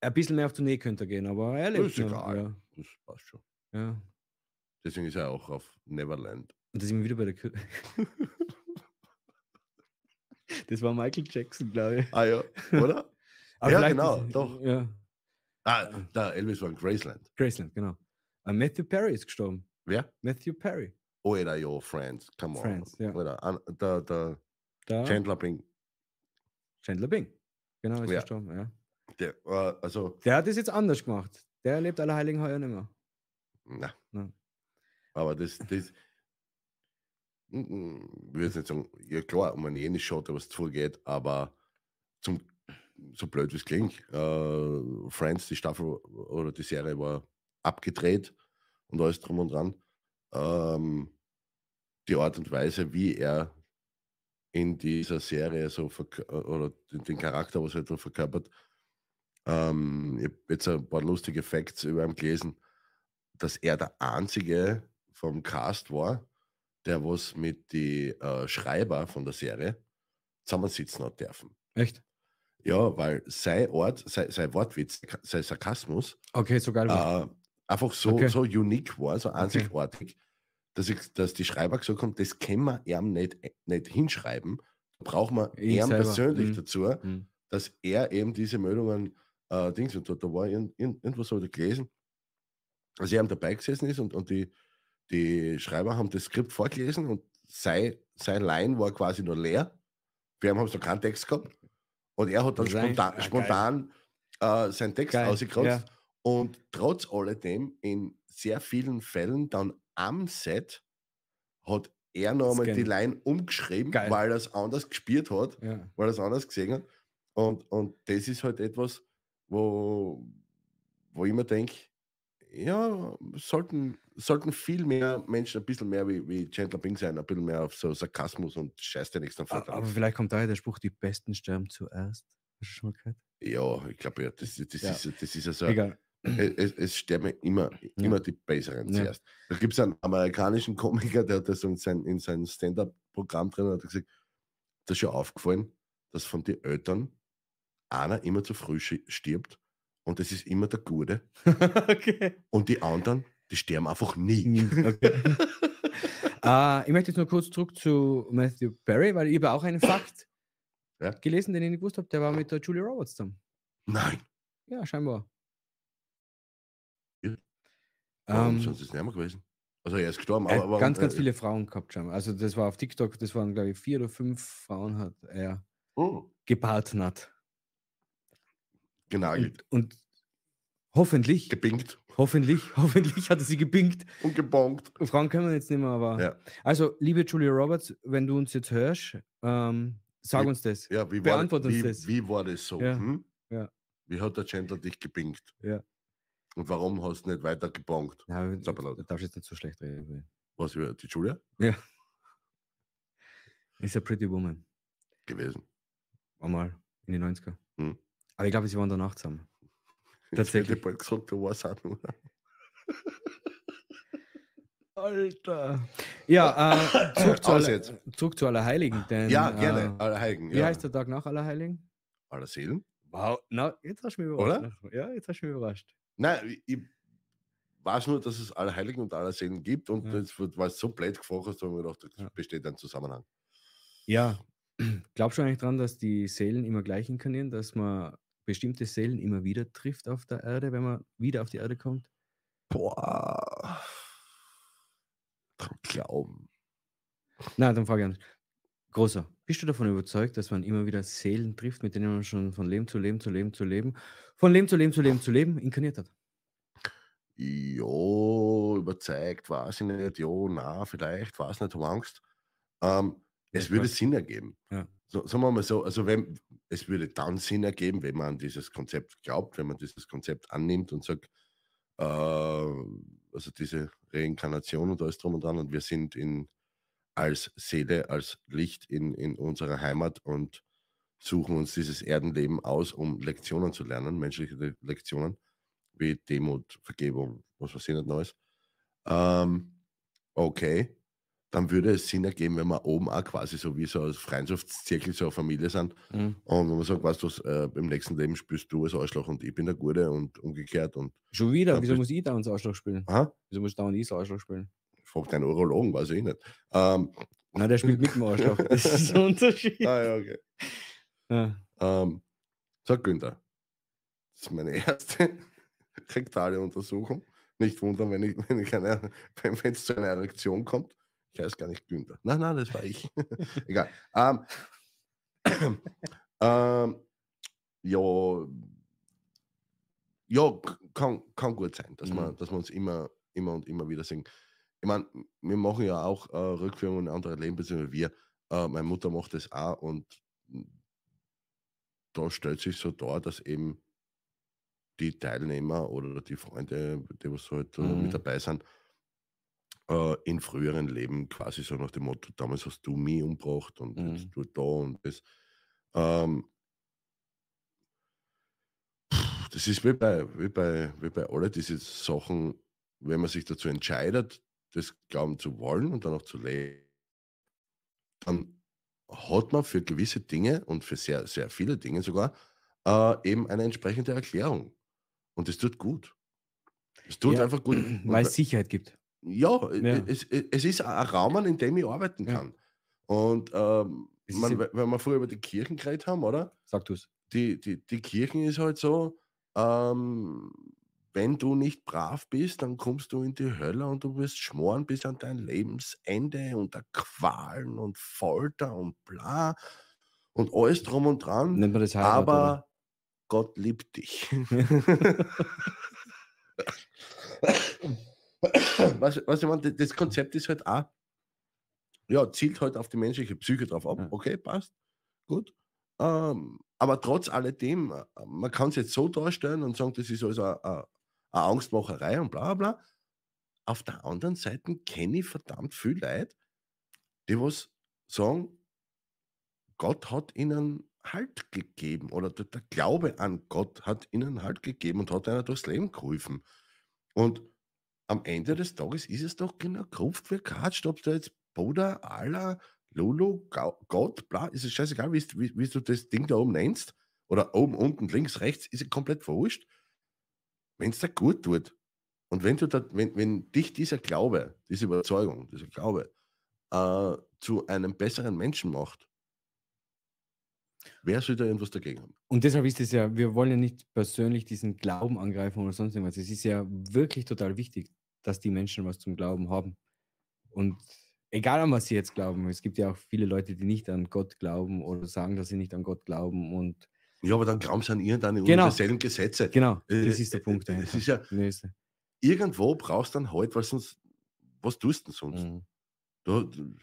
Ein bisschen mehr auf Tournee könnte er gehen, aber er lebt Ist noch. egal. Ja, Das passt schon. ja. Und Deswegen ist er auch auf Neverland. da sind wir wieder bei der Kür Das war Michael Jackson, glaube ich. Ah ja, oder? Ja, vielleicht genau, ist- doch. Ja, ah, da, Elvis war in Graceland. Graceland, genau. Ah, Matthew Perry ist gestorben. Wer? Oh Matthew Perry. Oder yo, Friends. Come on. Friends, ja. Oder an, der, der Da Chandler Bing. Chandler Bing. Genau, ist Ja. gestorben. Ja. Der, äh, also, Der hat es jetzt anders gemacht. Der lebt alle Heiligen Heuer nicht mehr. na. Na. Aber das, das, Mm, mm, ich würde jetzt nicht sagen, ja klar, man eh nicht schaut, was vorgeht, aber zum, so blöd wie es klingt, äh, Friends, die Staffel oder die Serie war abgedreht und alles drum und dran. Ähm, die Art und Weise, wie er in dieser Serie so verk- oder den, den Charakter, was er da verkörpert, ähm, ich habe jetzt ein paar lustige Facts über ihn gelesen, dass er der einzige vom Cast war, der was mit die äh, Schreiber von der Serie zusammensitzen hat dürfen. Echt? Ja, weil sein Ort, sein, sein Wortwitz, sein Sarkasmus Okay, so geil. war- äh, einfach so, Okay. so unique war, so einzigartig, dass, ich, dass die Schreiber gesagt haben, das können wir ihm nicht, nicht hinschreiben. Braucht man Ihn ihm selber, persönlich mhm. dazu, Hm. dass er eben diese Meldungen äh, Dings und da, da war irgend, irgend- irgendwas habe ich gelesen, dass er am dabei gesessen ist und, und die, die Schreiber haben das Skript vorgelesen und sei, sein Line war quasi nur leer. Wir haben noch keinen Text gehabt. Und er hat dann Das ist eigentlich- spontan, ah, geil. spontan äh, seinen Text Geil, ausgekratzt ja. und trotz alledem in sehr vielen Fällen dann am Set hat er noch einmal die Scan. Line umgeschrieben, Geil. weil er es anders gespielt hat Ja. weil er es anders gesehen hat. Und, und das ist halt etwas, wo, wo ich mir denke, ja, sollten, sollten viel mehr Menschen ein bisschen mehr wie, wie Chandler Bing sein, ein bisschen mehr auf so Sarkasmus und Scheiß der nächsten A- Vortrag. Aber vielleicht kommt daher der Spruch, die Besten sterben zuerst. Hast du schon mal gehört? Ja, ich glaube, ja, das, das, Ja. Ist, das ist ja so. Egal. Es, es sterben immer, immer die Besseren Ja. zuerst. Da gibt es einen amerikanischen Komiker, der hat das in sein, in sein Stand-Up-Programm drin hat er gesagt, das ist ja aufgefallen, dass von den Eltern einer immer zu früh schi- stirbt und das ist immer der Gute okay. und die anderen, die sterben einfach nie. okay. Ah, ich möchte jetzt nur kurz zurück zu Matthew Perry, weil ich habe auch einen Fakt Ja. gelesen, den ich nicht gewusst habe. Der war mit der Julia Roberts zusammen. Nein, Ja, scheinbar. Ja. warum Ähm, sonst ist es nicht mehr gewesen. Also er ist gestorben, er aber hat warum- ganz, ganz äh, viele Frauen gehabt schon. Also das war auf TikTok, das waren glaube ich vier oder fünf Frauen hat er oh, gepartnert. Genau, Und, und hoffentlich, gebinkt hoffentlich, hoffentlich hat er sie gebinkt. und gebonkt. Frauen können wir jetzt nicht mehr, aber. Ja. Also, liebe Julia Roberts, wenn du uns jetzt hörst, ähm, sag Wie- uns das. Ja, wie war, Beantwort uns wie, das. wie war das so? Ja, Hm? ja. Wie hat der Chandler dich gebinkt? Ja. Und warum hast du nicht weiter gebonkt? Na, du Sag mal laut. du darfst jetzt nicht so schlecht reden. über ihn. Was über die Julia Ist a pretty woman. gewesen? Einmal in den 90er. Hm. Aber ich glaube, sie waren danach zusammen. Jetzt hätte Tatsächlich. Ich bald gesagt, du warst auch nur. Alter. Ja, äh, zurück, zu Aus aller, jetzt. Ah, zurück zu Allerheiligen. Denn, Ja, äh, gerne. Alle Heiligen. Wie ja. heißt der Tag nach Allerheiligen? Alle Seelen? Wow, na, jetzt hast du mich Oder? überrascht. Ja, jetzt hast du mich überrascht. Nein, ich- ich weiß nur, dass es alle Heiligen und alle Seelen gibt und Ja. jetzt wird was so blöd gefragt, hast, da habe ich mir gedacht, da Ja. besteht ein Zusammenhang. Ja, glaubst du eigentlich dran, dass die Seelen immer gleich inkarnieren, dass man bestimmte Seelen immer wieder trifft auf der Erde, wenn man wieder auf die Erde kommt? Boah. Dran glauben. Na, dann frage ich an. Großer, bist du davon überzeugt, dass man immer wieder Seelen trifft, mit denen man schon von Leben zu Leben zu Leben zu Leben, von Leben zu Leben zu Leben zu Leben inkarniert hat? Ja, überzeugt, weiß ich nicht. Ja, na, vielleicht, weiß nicht, habe Angst. Ähm, Ja, es würde klar. Sinn ergeben. Ja. So, sagen wir mal so, also wenn, es würde dann Sinn ergeben, wenn man an dieses Konzept glaubt, wenn man dieses Konzept annimmt und sagt, äh, also diese Reinkarnation und alles drum und dran und wir sind in als Seele, als Licht in, in unserer Heimat und suchen uns dieses Erdenleben aus, um Lektionen zu lernen, menschliche Le- Lektionen, wie Demut, Vergebung, was weiß ich nicht Neues. Ähm, okay, dann würde es Sinn ergeben, wenn wir oben auch quasi so wie so als Freundschaftszirkel, so eine Familie sind Mhm. und wenn man sagt, weißt du, was, äh, im nächsten Leben spürst du als Arschloch und ich bin der Gute und umgekehrt und Schon wieder? Ja, Wieso bist- muss ich da uns Ausschlag spielen? aha, Wieso muss ich da und ich Ausschlag spielen? fragt einen Urologen, weiß ich nicht. Ähm, Nein, der spielt mit dem Ausschlag. Das ist ein Unterschied. ah, ja, okay. Ja. Ähm, sag Günther, das ist meine erste rektale Untersuchung. Nicht wundern, wenn ich, wenn ich eine, wenn wenn es zu einer Erektion kommt. Ich heiße gar nicht Günther. Nein, nein, das war ich. Egal. Ähm, ähm, ja, ja, k- kann, kann gut sein, dass, wir, Mhm. dass wir uns immer, immer und immer wieder sehen. Ich meine, wir machen ja auch äh, Rückführungen in andere Leben, beziehungsweise wir. Äh, meine Mutter macht das auch und da stellt sich so dar, dass eben die Teilnehmer oder die Freunde, die was halt äh, Mhm. mit dabei sind, äh, in früheren Leben quasi so nach dem Motto, damals hast du mich umgebracht und jetzt Mhm. du da und das. Ähm, pff, das ist wie bei, wie bei, wie bei alle diese Sachen, wenn man sich dazu entscheidet, das glauben zu wollen und dann auch zu leben, dann hat man für gewisse Dinge und für sehr, sehr viele Dinge sogar äh, eben eine entsprechende Erklärung. Und das tut gut. Es tut Ja, einfach gut. Und Weil bei- es Sicherheit gibt. ja, Ja. Es, es ist ein Raum, an dem ich arbeiten Ja. kann. Und ähm, ich Es ist mein, im- we- wenn wir vorher über die Kirchen geredet haben, oder? Sag du es. Die, die, die Kirchen ist halt so, ähm, wenn du nicht brav bist, dann kommst du in die Hölle und du wirst schmoren bis an dein Lebensende unter Qualen und Folter und bla und alles drum und dran. Nennt man das Heirat, aber oder? Gott liebt dich. was, was ich meine, d- das Konzept ist halt auch, ja, zielt halt auf die menschliche Psyche drauf ab. Ja. Okay, passt. Gut. Ähm, aber trotz alledem, äh, man kann es jetzt so darstellen und sagen, das ist also eine, eine Angstmacherei und bla bla. bla. Auf der anderen Seite kenne ich verdammt viel Leute, die was sagen, Gott hat ihnen Halt gegeben oder der, der Glaube an Gott hat ihnen Halt gegeben und hat ihnen durchs Leben geholfen. Und am Ende des Tages ist es doch genau Gruft für Katsch, ob du jetzt Buddha, Allah, Lulu, Gau- Gott, bla, ist es scheißegal, wie, wie, wie du das Ding da oben nennst oder oben, unten, links, rechts, ist es komplett verwurscht, wenn es dir gut tut. Und wenn, du da, wenn, wenn dich dieser Glaube, diese Überzeugung, dieser Glaube äh, zu einem besseren Menschen macht, wer soll da irgendwas dagegen haben? Und deshalb ist es ja, wir wollen ja nicht persönlich diesen Glauben angreifen oder sonst irgendwas. Es ist ja wirklich total wichtig, dass die Menschen was zum Glauben haben. Und egal an was sie jetzt glauben, es gibt ja auch viele Leute, die nicht an Gott glauben oder sagen, dass sie nicht an Gott glauben. Und Ja, aber dann glauben sie an irgendeine Genau. universellen Gesetze. genau, Äh, das ist der äh, Punkt. äh, dahinter. Es ist ja, Nee, ist- irgendwo brauchst du dann halt, weil sonst, was tust du denn sonst? Mhm. Du, du-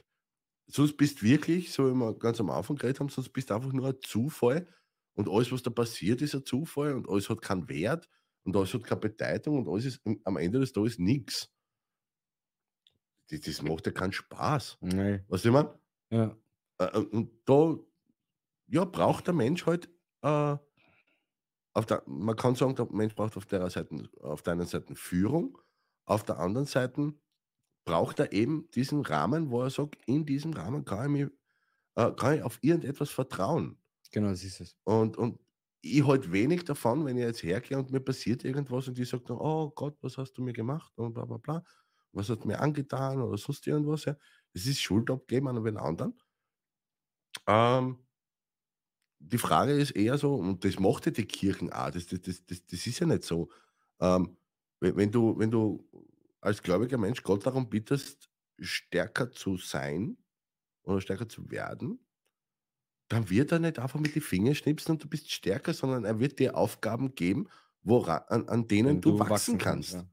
sonst bist wirklich, so wie wir ganz am Anfang geredet haben, sonst bist du einfach nur ein Zufall und alles, was da passiert, ist ein Zufall und alles hat keinen Wert und alles hat keine Bedeutung und alles ist am- am Ende des Tages nichts. Das, das macht ja keinen Spaß. Nee. Weißt du, was ich meine? Mhm. Ja. Äh, äh, und da ja, braucht der Mensch halt, äh, auf der, man kann sagen, der Mensch braucht auf der, Seite, auf der einen Seite Führung, auf der anderen Seite braucht er eben diesen Rahmen, wo er sagt, in diesem Rahmen kann ich, mich, äh, kann ich auf irgendetwas vertrauen. Genau, das ist es. Und, und ich halt wenig davon, wenn ich jetzt hergehe und mir passiert irgendwas und ich sage dann, oh Gott, was hast du mir gemacht und bla bla bla, was hat mir angetan oder sonst irgendwas. Ja. Das ist Schuld abgeben an den anderen. Ähm, die Frage ist eher so, und das macht ja die Kirchen auch, das, das, das, das, das ist ja nicht so. Ähm, wenn, wenn, du, wenn du als gläubiger Mensch Gott darum bittest, stärker zu sein oder stärker zu werden, dann wird er nicht einfach mit den Fingern schnipsen und du bist stärker, sondern er wird dir Aufgaben geben, woran, an, an denen Wenn du, wachsen, kannst,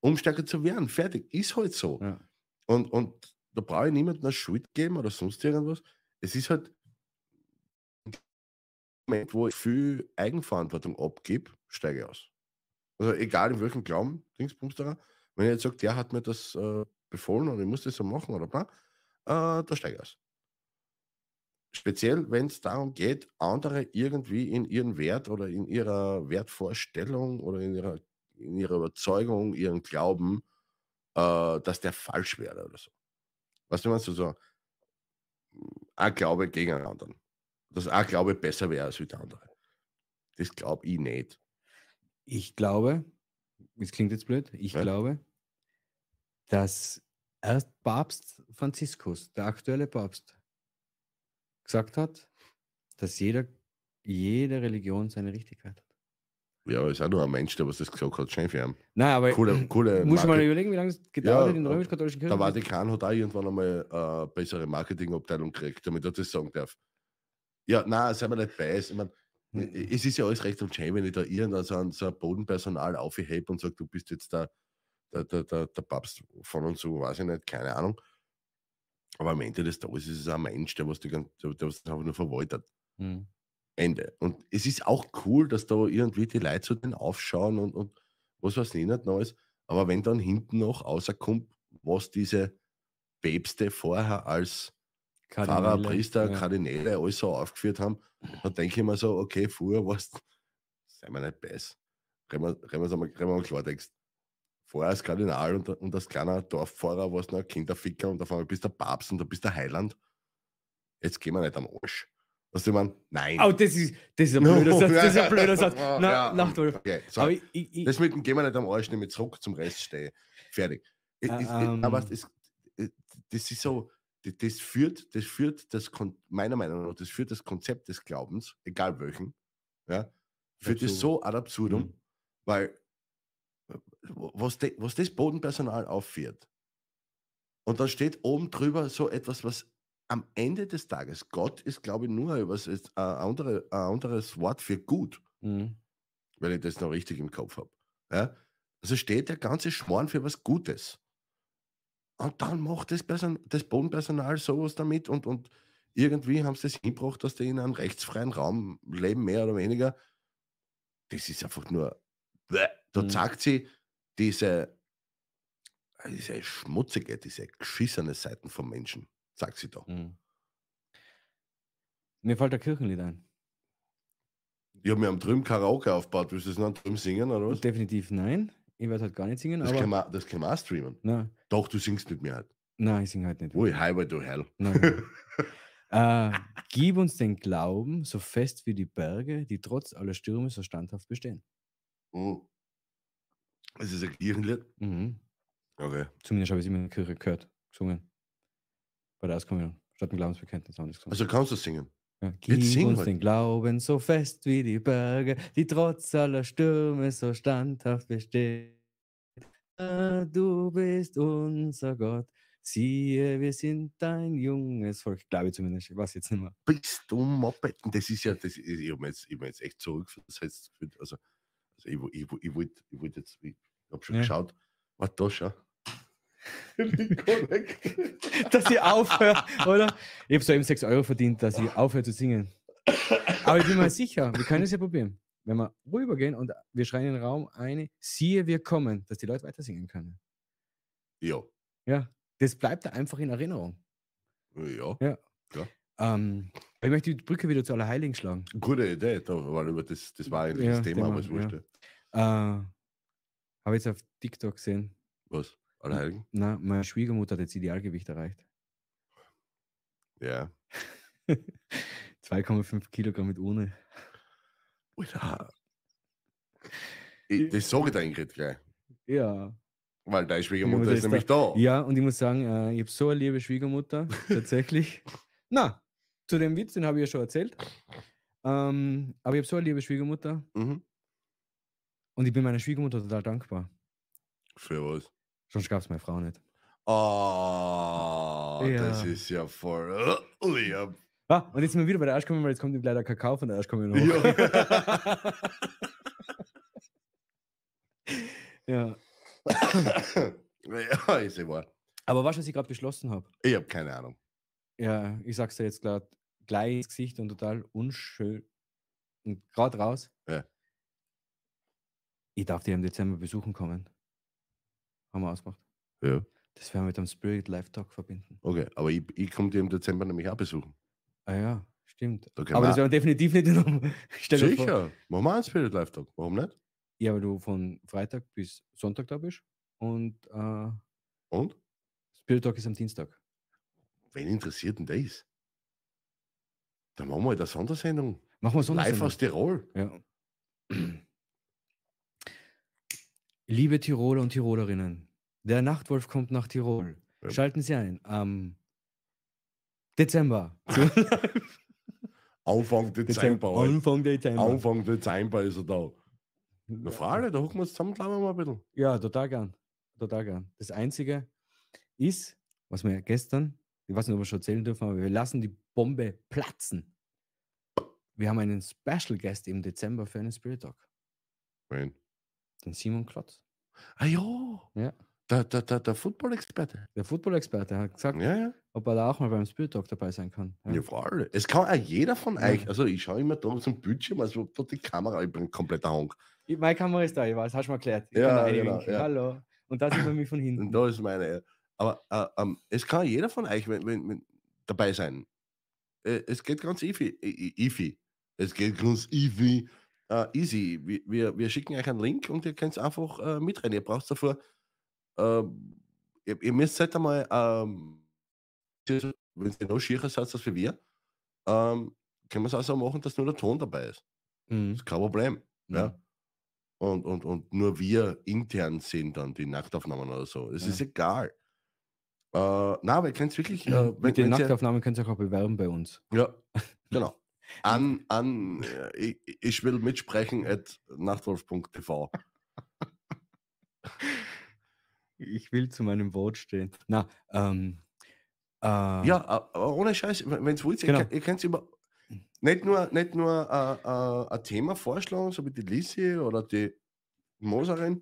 um stärker zu werden. Fertig, ist halt so. Ja. Ja. Und, und da brauche ich niemandem eine Schuld geben oder sonst irgendwas. Es ist halt Moment, wo ich viel Eigenverantwortung abgebe, steige ich aus. Also egal in welchem Glauben, Dingsbums da, wenn ich jetzt sage, der hat mir das äh, befohlen und ich muss das so machen oder bla, äh, der Steigers. Speziell, wenn es darum geht, andere irgendwie in ihren Wert oder in ihrer Wertvorstellung oder in ihrer, in ihrer Überzeugung, ihren Glauben, äh, dass der falsch wäre oder so. Weißt du, meinst du so, ein Glaube gegen einen anderen. Dass ein Glaube besser wäre als wie der andere. Das glaube ich nicht. Ich glaube, es klingt jetzt blöd, ich Ja. glaube, dass erst Papst Franziskus, der aktuelle Papst, gesagt hat, dass jeder, jede Religion seine Richtigkeit hat. Ja, aber ist auch nur ein Mensch, der was das gesagt hat. Schön für ihn. Nein, aber Coole, coole muss man mal Marke- überlegen, wie lange es gedauert Ja, hat in der und römisch-katholischen Kirche. Der Vatikan hat auch irgendwann einmal eine äh, bessere Marketingabteilung gekriegt, damit er das sagen darf. Ja, nein, sei mir nicht beiß. Ich mein, Hm. es ist ja alles recht und schön, wenn ich da irgendwann so ein, so ein Bodenpersonal aufhebe und sage, du bist jetzt der, der, der, der, der Papst von und so, weiß ich nicht, keine Ahnung. Aber am Ende des Tages ist es ein Mensch, der was, die, gan- der, der was einfach nur verwaltet. Hm. Ende. Und es ist auch cool, dass da irgendwie die Leute so den aufschauen und, und was weiß ich nicht Neues. Aber wenn dann hinten noch außerkommt, was diese Päpste vorher als Pfarrer, Kardinäle, Priester, ja. Kardinäle alles so aufgeführt haben, dann denke ich mir so, okay, früher warst du, sei mir nicht beiß. Reden wir, reden wir's einmal- reden wir mal Klartext. Vorher als Kardinal und, und als kleiner Dorffahrer warst du noch ein Kinderficker und auf einmal bist du der Papst und du bist der Heiland. Jetzt gehen wir nicht am Arsch. Was ich meine? Nein. Oh, das ist, das ist ein blöder Satz. Das ist ein blöder Satz. Ja, Na, ja, Nacht, Wolf. okay, so. Aber ich, ich, ich, Das mit dem gehen wir nicht am Arsch, nehme ich zurück zum Rest stehe. Fertig. Es- es- es- aber Ähm. es, es- das ist so, das, das führt, das führt das Kon meiner Meinung nach, das führt das Konzept des Glaubens, egal welchen, ja, führt es Absurdum. so ad absurdum, Mhm. weil äh, wo- was, de, was das Bodenpersonal auffährt und dann steht oben drüber so etwas, was am Ende des Tages, Gott ist, glaube ich, nur ein, was ist, ein, andere, ein anderes Wort für gut um. Hm. wenn ich das noch richtig im Kopf habe. Ja? Also steht der ganze Schmarrn für was Gutes. Und dann macht das, Person das Bodenpersonal sowas damit und, und irgendwie haben sie das hingebracht, dass die in einem rechtsfreien Raum leben, mehr oder weniger. Das ist einfach nur, Bäh. da Mhm. zeigt sie diese, diese schmutzige, diese geschissene Seiten vom Menschen, sagt sie da. Hm. Mir fällt der Kirchenlied ein. Ja, wir haben drüben Karaoke aufgebaut, willst du das noch drüben singen oder was? Definitiv nein. Ich werde halt gar nicht singen, Das aber. können, wir, das können wir auch streamen. Nein, Doch, du singst mit mir halt. nein, ich singe halt nicht. Ui, Highway to Hell. Nein, nein. äh, gib uns den Glauben so fest wie die Berge, die trotz aller Stürme so standhaft bestehen. Oh. Es ist ein Kirchenlied. Mhm. Okay. Zumindest habe ich es immer in der Kirche gehört, gesungen. Bei der Auskommunion. Statt dem Glaubensbekenntnis haben wir das gesungen. Also kannst du singen. Ja, gib sing uns halt. den Glauben so fest wie die Berge, die trotz aller Stürme so standhaft besteht. Ah, Du bist unser Gott. Siehe, wir sind dein junges Volk. Glaube ich zumindest. Ich weiß jetzt nicht mehr. Bist du Moppetten? Das ist ja, das ist, ich habe jetzt, ich hab mich jetzt echt zurückversetzt. gefühlt. Also, also ich, wo- ich, wo- ich wollte ich wollt jetzt, ich habe schon Ja. geschaut. Warte da, schau. Ich bin korrekt. Dass ich aufhöre, oder? Ich habe so eben 6 Euro verdient, dass ich aufhöre zu singen. Aber ich bin mir sicher, wir können es ja probieren. Wenn wir rübergehen und wir schreien in den Raum eine, siehe, wir kommen, dass die Leute weiter singen können. ja. Ja, das bleibt da einfach in Erinnerung. Ja. Ähm, ich möchte die Brücke wieder zu Allerheiligen schlagen. Gute Idee. Da war über das, das war eigentlich Ja, das Thema, Thema, aber es wurscht. ja. ja. Äh, Habe jetzt auf TikTok gesehen. Was? Allerheiligen? Na, meine Schwiegermutter hat jetzt Idealgewicht erreicht. Ja. 2,5 Kilogramm mit ohne. Alter. Ich, das sage ich der Ingrid gleich. Ja. Weil deine Schwiegermutter Schwiegermutter ist ist da. nämlich da. Ja, und ich muss sagen, äh, ich habe so eine liebe Schwiegermutter, tatsächlich. Na, zu dem Witz, den habe ich ja schon erzählt. Ähm, aber ich habe so eine liebe Schwiegermutter Mhm. und ich bin meiner Schwiegermutter total dankbar. Für was? Sonst gab es meine Frau nicht. Oh, das Ja. ist ja voll. Oh, ja. Ah, und jetzt sind wir wieder bei der Arschkommunion, weil jetzt kommt ihm leider Kakao von der Arschkommunion. hoch. Ja. ja. ja, ist ja wahr. Aber was, was ich gerade beschlossen habe, Ich habe keine Ahnung. ja, ich sag's dir jetzt grad, gleich ins Gesicht und total unschön und gerade raus. Ja. Ich darf dich im Dezember besuchen kommen. Haben wir ausgemacht. Ja. Das werden wir mit einem Spirit Live Talk verbinden. Okay, aber ich, ich komme dir im Dezember nämlich auch besuchen. Ah ja, stimmt. Da können Aber wir- das werden wir definitiv nicht in Stell dir vor. Sicher, machen wir einen Spirit Live Talk. Warum nicht? Ja, weil du von Freitag bis Sonntag da bist und äh, Und? Spirit Talk ist am Dienstag. Wen interessiert denn das? Dann machen wir halt eine Sondersendung. Machen wir so Live aus Tirol. Ja. Liebe Tiroler und Tirolerinnen, der Nachtwolf kommt nach Tirol. Ja. Schalten Sie ein am Dezember. Anfang Dezember. halt. Anfang Dezember. Anfang Dezember ist er da. Na, Frage, da hocken wir uns zusammen, glauben wir mal ein bisschen. Ja, total gern. Total gern. Das Einzige ist, was wir gestern, ich weiß nicht, ob wir schon erzählen dürfen, aber wir lassen die Bombe platzen. Wir haben einen Special Guest im Dezember für einen Spirit Talk. Wen? Den Simon Klotz. Ah ja, Ja. der, der, der, der Football-Experte. Der Football-Experte hat gesagt, Ja, ja. ob er da auch mal beim Spirit Talk dabei sein kann. Ja. Ja, vor allem. Es kann auch jeder von Ja. euch. Also ich schaue immer da zum Bildschirm, also da die Kamera, ich bin kompletter Honk. Ich- Meine Kamera ist da, ich weiß, hast du mal erklärt. Ich kann Ja, da eine genau, winken. ja. Hallo. Und da sieht man mich von Und hinten. da ist meine. äh, Aber äh, ähm, es kann jeder von euch wenn, wenn, wenn, dabei sein. Äh, es geht ganz easy. äh, easy. Es geht ganz easy. Äh, easy. Wir, wir, wir schicken euch einen Link und ihr könnt einfach äh, mitrennen. Ihr braucht davor. ähm, ihr, ihr müsst halt einmal. Ähm, wenn ihr noch schierer seid als wir, ähm, können wir es auch so machen, dass nur der Ton dabei ist. Mhm. ist kein Problem. Ja. Mhm. Und, und, und nur wir intern sehen dann die Nachtaufnahmen oder so. Es Ja. ist egal. Äh, na, wir können es wirklich. Äh, wenn- Mit den wenn's ihr- Nachtaufnahmen könnt ihr euch auch bewerben bei uns. ja, genau. An, an, äh, ich, ich will mitsprechen at nachtwolf.tv. Ah. Ich will zu meinem Wort stehen. Na, ähm, äh, Ja, a- aber ohne Scheiß, wenn es wollt, Genau. ihr, könnt- ihr könnt über. Nicht nur, nicht nur äh, äh, ein Thema vorschlagen, so wie die Lisi oder die Moserin,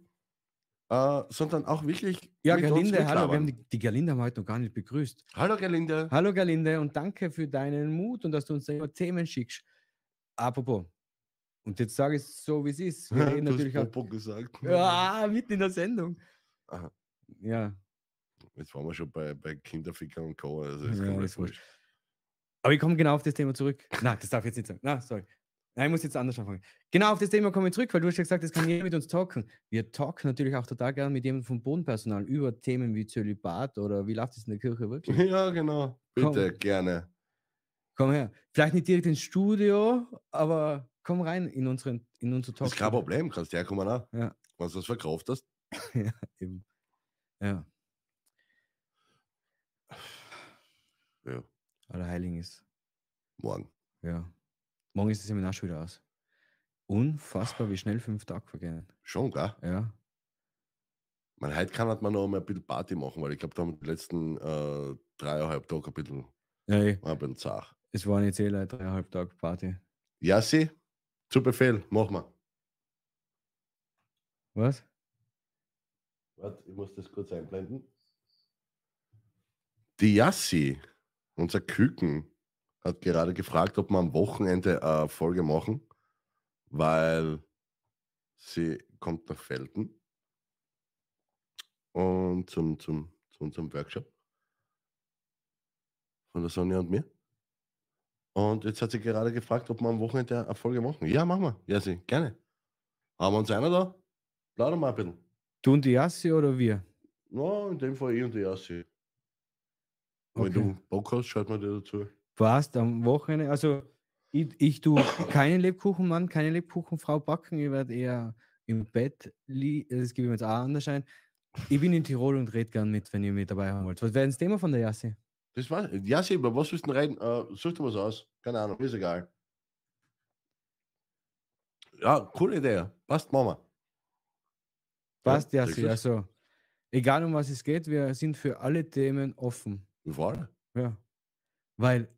äh, sondern auch wirklich. Ja, mit uns Gerlinde, hallo. Wir haben mitlabern. die, die Gerlinde haben wir heute noch gar nicht begrüßt. hallo Gerlinde. Hallo Gerlinde und danke für deinen Mut und dass du uns da immer Themen schickst. Apropos. Und jetzt sage ich es so, wie es ist. Wir reden Du hast natürlich auch. Popo gesagt. Ja, mitten in der Sendung. Aha. Ja. Jetzt waren wir schon bei, bei Kinderficker und Co. Also Ja, komplett ist wurscht. Aber ich komme genau auf das Thema zurück. Nein, das darf ich jetzt nicht sagen. Nein, sorry. Nein, ich muss jetzt anders anfangen. Genau auf das Thema komme ich zurück, weil du hast ja gesagt, das kann jeder mit uns talken. Wir talken natürlich auch total gerne mit jemandem vom Bodenpersonal über Themen wie Zölibat oder wie läuft es in der Kirche wirklich. wurscht. Ja, genau. Bitte, gerne. Komm her. Vielleicht nicht direkt ins Studio, aber komm rein in, unseren, in unser Talk. Das ist kein Problem, kannst herkommen auch. Ja. Wenn du das verkauft hast. Eben. Ja, Ja, Allerheiligen ist. morgen. Ja. Morgen ist das Seminar schon wieder aus. Unfassbar, wie schnell fünf Tage vergehen. Schon, gell? Ja. Man, heute kann halt man noch mal ein bisschen Party machen, weil ich glaube, da haben die letzten äh, dreieinhalb Tage ein bisschen, Ja, eh. war ein bisschen zart. Es waren jetzt eh leider dreieinhalb Tage Party. Jassi, zu Befehl, machen wir. Was? Warte, ich muss das kurz einblenden. Die Yassi, unser Küken, hat gerade gefragt, ob wir am Wochenende eine Folge machen, weil sie kommt nach Felden und zum, zum, zu unserem Workshop von der Sonja und mir. Und jetzt hat sie gerade gefragt, ob wir am Wochenende eine Folge machen. Ja, machen wir. Yassi, gerne. Haben wir uns einer da? Plaudern wir ein bisschen. Du und die Jassi oder wir? No, in dem Fall ich und die Jassi. Wenn Okay. du Bock hast, schreib mir dir dazu. Warst am Wochenende, also ich, ich tue keinen Lebkuchenmann, keine Lebkuchenfrau backen, ich werde eher im Bett liegen, das gebe ich mir jetzt auch anders ein. Ich bin in Tirol und rede gern mit, wenn ihr mit dabei haben wollt. Was wäre denn das Thema von der Jassi? Das war's. Jassi, über was willst du denn reden? Äh, such dir was aus. Keine Ahnung, ist egal. Ja, coole Idee. Passt, Mama. Passt, ja, Jassi, also egal um was es geht, wir sind für alle Themen offen. Voll. Ja. Weil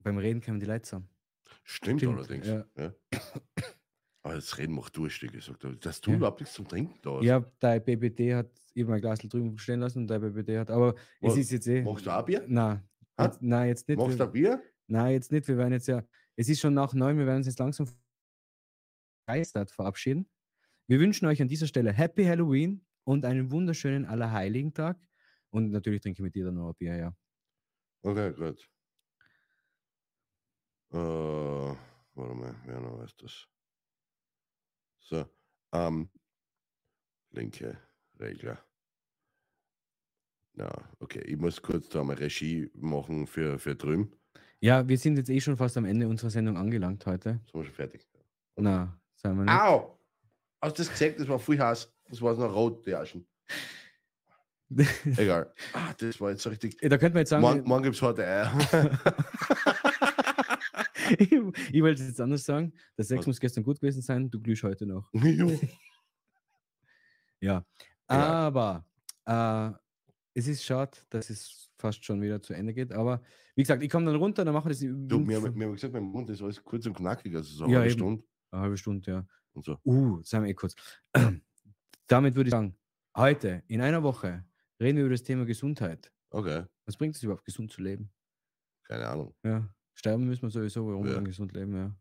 beim Reden kommen die Leute zusammen. Stimmt, Stimmt, allerdings. ja. Ja. Aber das Reden macht Durst, wie gesagt. Dass du Ja. überhaupt nichts zum Trinken da hast. Ja, dein BBD hat eben ein Glas drüben stehen lassen und dein BBD hat, aber Was? es ist jetzt eh. Machst du auch Bier? Na, Hä? jetzt, nein, jetzt nicht. Machst du wir, ein Bier? nein, jetzt nicht. Wir werden jetzt ja, es ist schon nach neun, wir werden uns jetzt langsam begeistert verabschieden. Wir wünschen euch an dieser Stelle Happy Halloween und einen wunderschönen Allerheiligen Tag. Und natürlich trinke ich mit dir dann noch ein Bier, ja. Okay, gut. Äh, warte mal, wer noch weiß das? So, ähm, linke Regler. Na, okay, ich muss kurz da mal Regie machen für, für drüben. Ja, wir sind jetzt eh schon fast am Ende unserer Sendung angelangt heute. Sind wir schon fertig? Na, sagen wir nicht. Au! Hast du das gesagt? Das war viel Hass. Das war noch rot, die Aschen. Egal. Ah, das war jetzt so richtig. Ja, da könnte man jetzt sagen, Morgen, morgen gibt es heute äh, Eier. ich, ich wollte es jetzt anders sagen. Der Sex Was? muss gestern gut gewesen sein, du glühst heute noch. Jo. Ja. Aber äh, es ist schade, dass es fast schon wieder zu Ende geht. Aber wie gesagt, ich komme dann runter, dann machen wir das in du, mir, mir haben gesagt, mein Mund ist alles kurz und knackig, also so eine Ja, halbe eben. Stunde eine halbe Stunde, ja. und so. Uh, sagen wir eh kurz. Damit würde ich sagen, heute, in einer Woche, reden wir über das Thema Gesundheit. Okay, Was bringt es überhaupt, gesund zu leben? keine Ahnung. Ja. Sterben müssen wir sowieso, warum Ja. dann gesund leben, ja.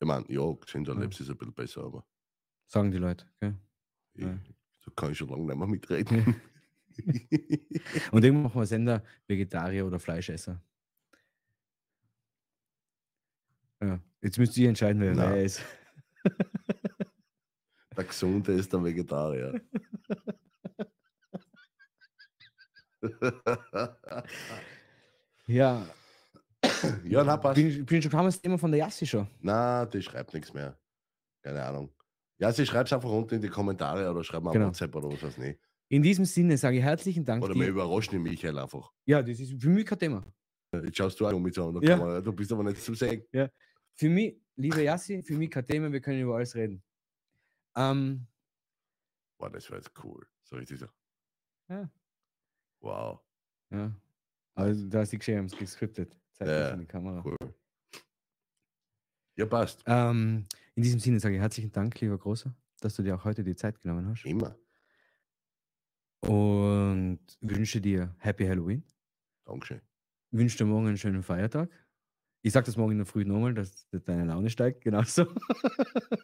Ich meine, ja, gesünder Ja. lebst ist ein bisschen besser, aber Sagen die Leute. Gell? ich, Ja. da kann ich schon lange nicht mehr mitreden. Und irgendwann machen wir Sender Vegetarier oder Fleischesser. Ja. Jetzt müsst ihr entscheiden, wer Na. wer ist. der Gesunde ist der Vegetarier. Ja, ja, na, passt. bin, bin schon kam das Thema von der Jassi schon. Na, die schreibt nichts mehr. Keine Ahnung. Ja, sie schreibt es einfach unten in die Kommentare oder schreibt mal Genau. auf WhatsApp oder was weiß nicht. In diesem Sinne sage ich herzlichen Dank. Oder wir dir. überraschen den Michael einfach. Ja, das ist für mich kein Thema. Jetzt schaust du auch um mit so einer Ja. Kamera. Du bist aber nicht zum Sehen. Für mich, lieber Jassi, für mich kein Thema, wir können über alles reden. Ähm, Boah, das war jetzt cool. So richtig so. Ja. Wow. ja. Also, da ist die Geschichte, haben es gescriptet. Zeigt das Ja, in die Kamera. cool. Ja, passt. Ähm, in diesem Sinne sage ich herzlichen Dank, lieber Großer, dass du dir auch heute die Zeit genommen hast. Immer. Und wünsche dir Happy Halloween. Dankeschön. Wünsche dir morgen einen schönen Feiertag. Ich sage das morgen in der Früh nochmal, dass de- deine Laune steigt, genauso.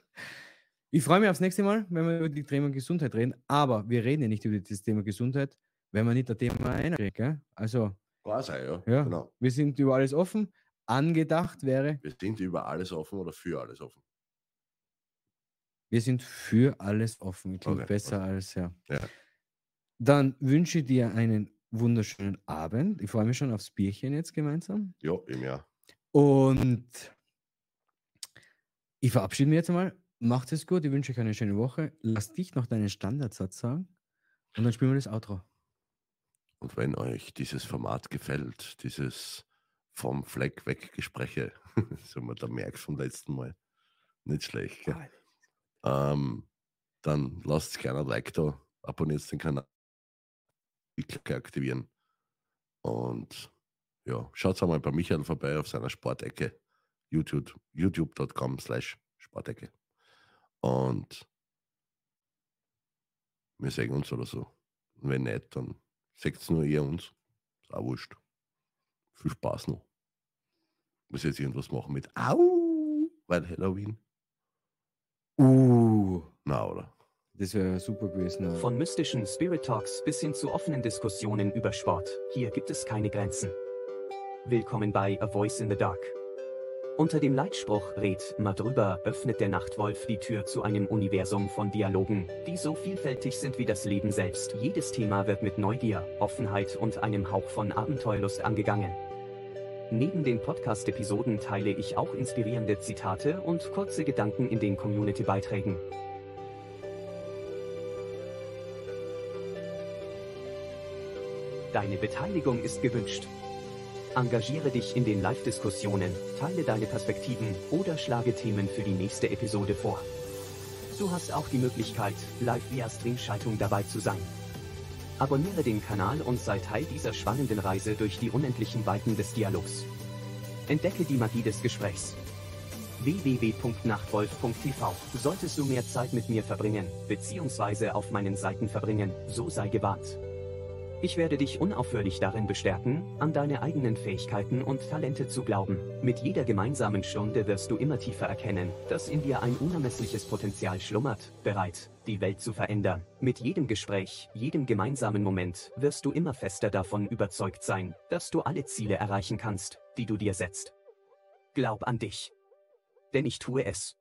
ich freue mich aufs nächste Mal, wenn wir über die Thema Gesundheit reden. Aber wir reden ja nicht über das Thema Gesundheit, wenn wir nicht das Thema einreden. Gell? Also, Kann sein, ja. Ja. Genau. wir sind über alles offen. Angedacht wäre, Wir sind über alles offen oder für alles offen. wir sind für alles offen. Klingt Okay, besser als ja. Ja. Dann wünsche ich dir einen wunderschönen Abend. Ich freue mich schon aufs Bierchen jetzt gemeinsam. Ja, im Jahr. Und ich verabschiede mich jetzt mal. Macht es gut. Ich wünsche euch eine schöne Woche. Lass dich noch deinen Standardsatz sagen. Und dann spielen wir das Outro. Und wenn euch dieses Format gefällt, dieses vom Fleck weg Gespräche, so man da merkt vom letzten Mal, nicht schlecht, gell? Geil. Ähm, dann lasst gerne ein Like da, abonniert den Kanal, die Glocke aktivieren und ja, schaut einmal bei Michael vorbei auf seiner Sportecke, YouTube, youtube.com slash Sportecke und wir sehen uns oder so. Und wenn nicht, dann seht nur ihr uns. Ist auch wurscht. Viel Spaß noch. Muss jetzt irgendwas machen mit Au, weil Halloween. Uh, Na, oder? das wäre super gewesen. aber- Von mystischen Spirit Talks bis hin zu offenen Diskussionen über Sport, hier gibt es keine Grenzen. Willkommen bei A Voice in the Dark. Unter dem Leitspruch Red mal drüber öffnet der Nachtwolf die Tür zu einem Universum von Dialogen, die so vielfältig sind wie das Leben selbst. Jedes Thema wird mit Neugier, Offenheit und einem Hauch von Abenteuerlust angegangen. Neben den Podcast-Episoden teile ich auch inspirierende Zitate und kurze Gedanken in den Community-Beiträgen. Deine Beteiligung ist gewünscht. Engagiere dich in den Live-Diskussionen, teile deine Perspektiven oder schlage Themen für die nächste Episode vor. Du hast auch die Möglichkeit, live via Streamschaltung dabei zu sein. Abonniere den Kanal und sei Teil dieser spannenden Reise durch die unendlichen Weiten des Dialogs. Entdecke die Magie des Gesprächs. www.nachtwolf.tv Solltest du mehr Zeit mit mir verbringen, beziehungsweise auf meinen Seiten verbringen, so sei gewarnt. Ich werde dich unaufhörlich darin bestärken, an deine eigenen Fähigkeiten und Talente zu glauben. Mit jeder gemeinsamen Stunde wirst du immer tiefer erkennen, dass in dir ein unermessliches Potenzial schlummert, bereit, die Welt zu verändern. Mit jedem Gespräch, jedem gemeinsamen Moment wirst du immer fester davon überzeugt sein, dass du alle Ziele erreichen kannst, die du dir setzt. Glaub an dich. Denn ich tue es.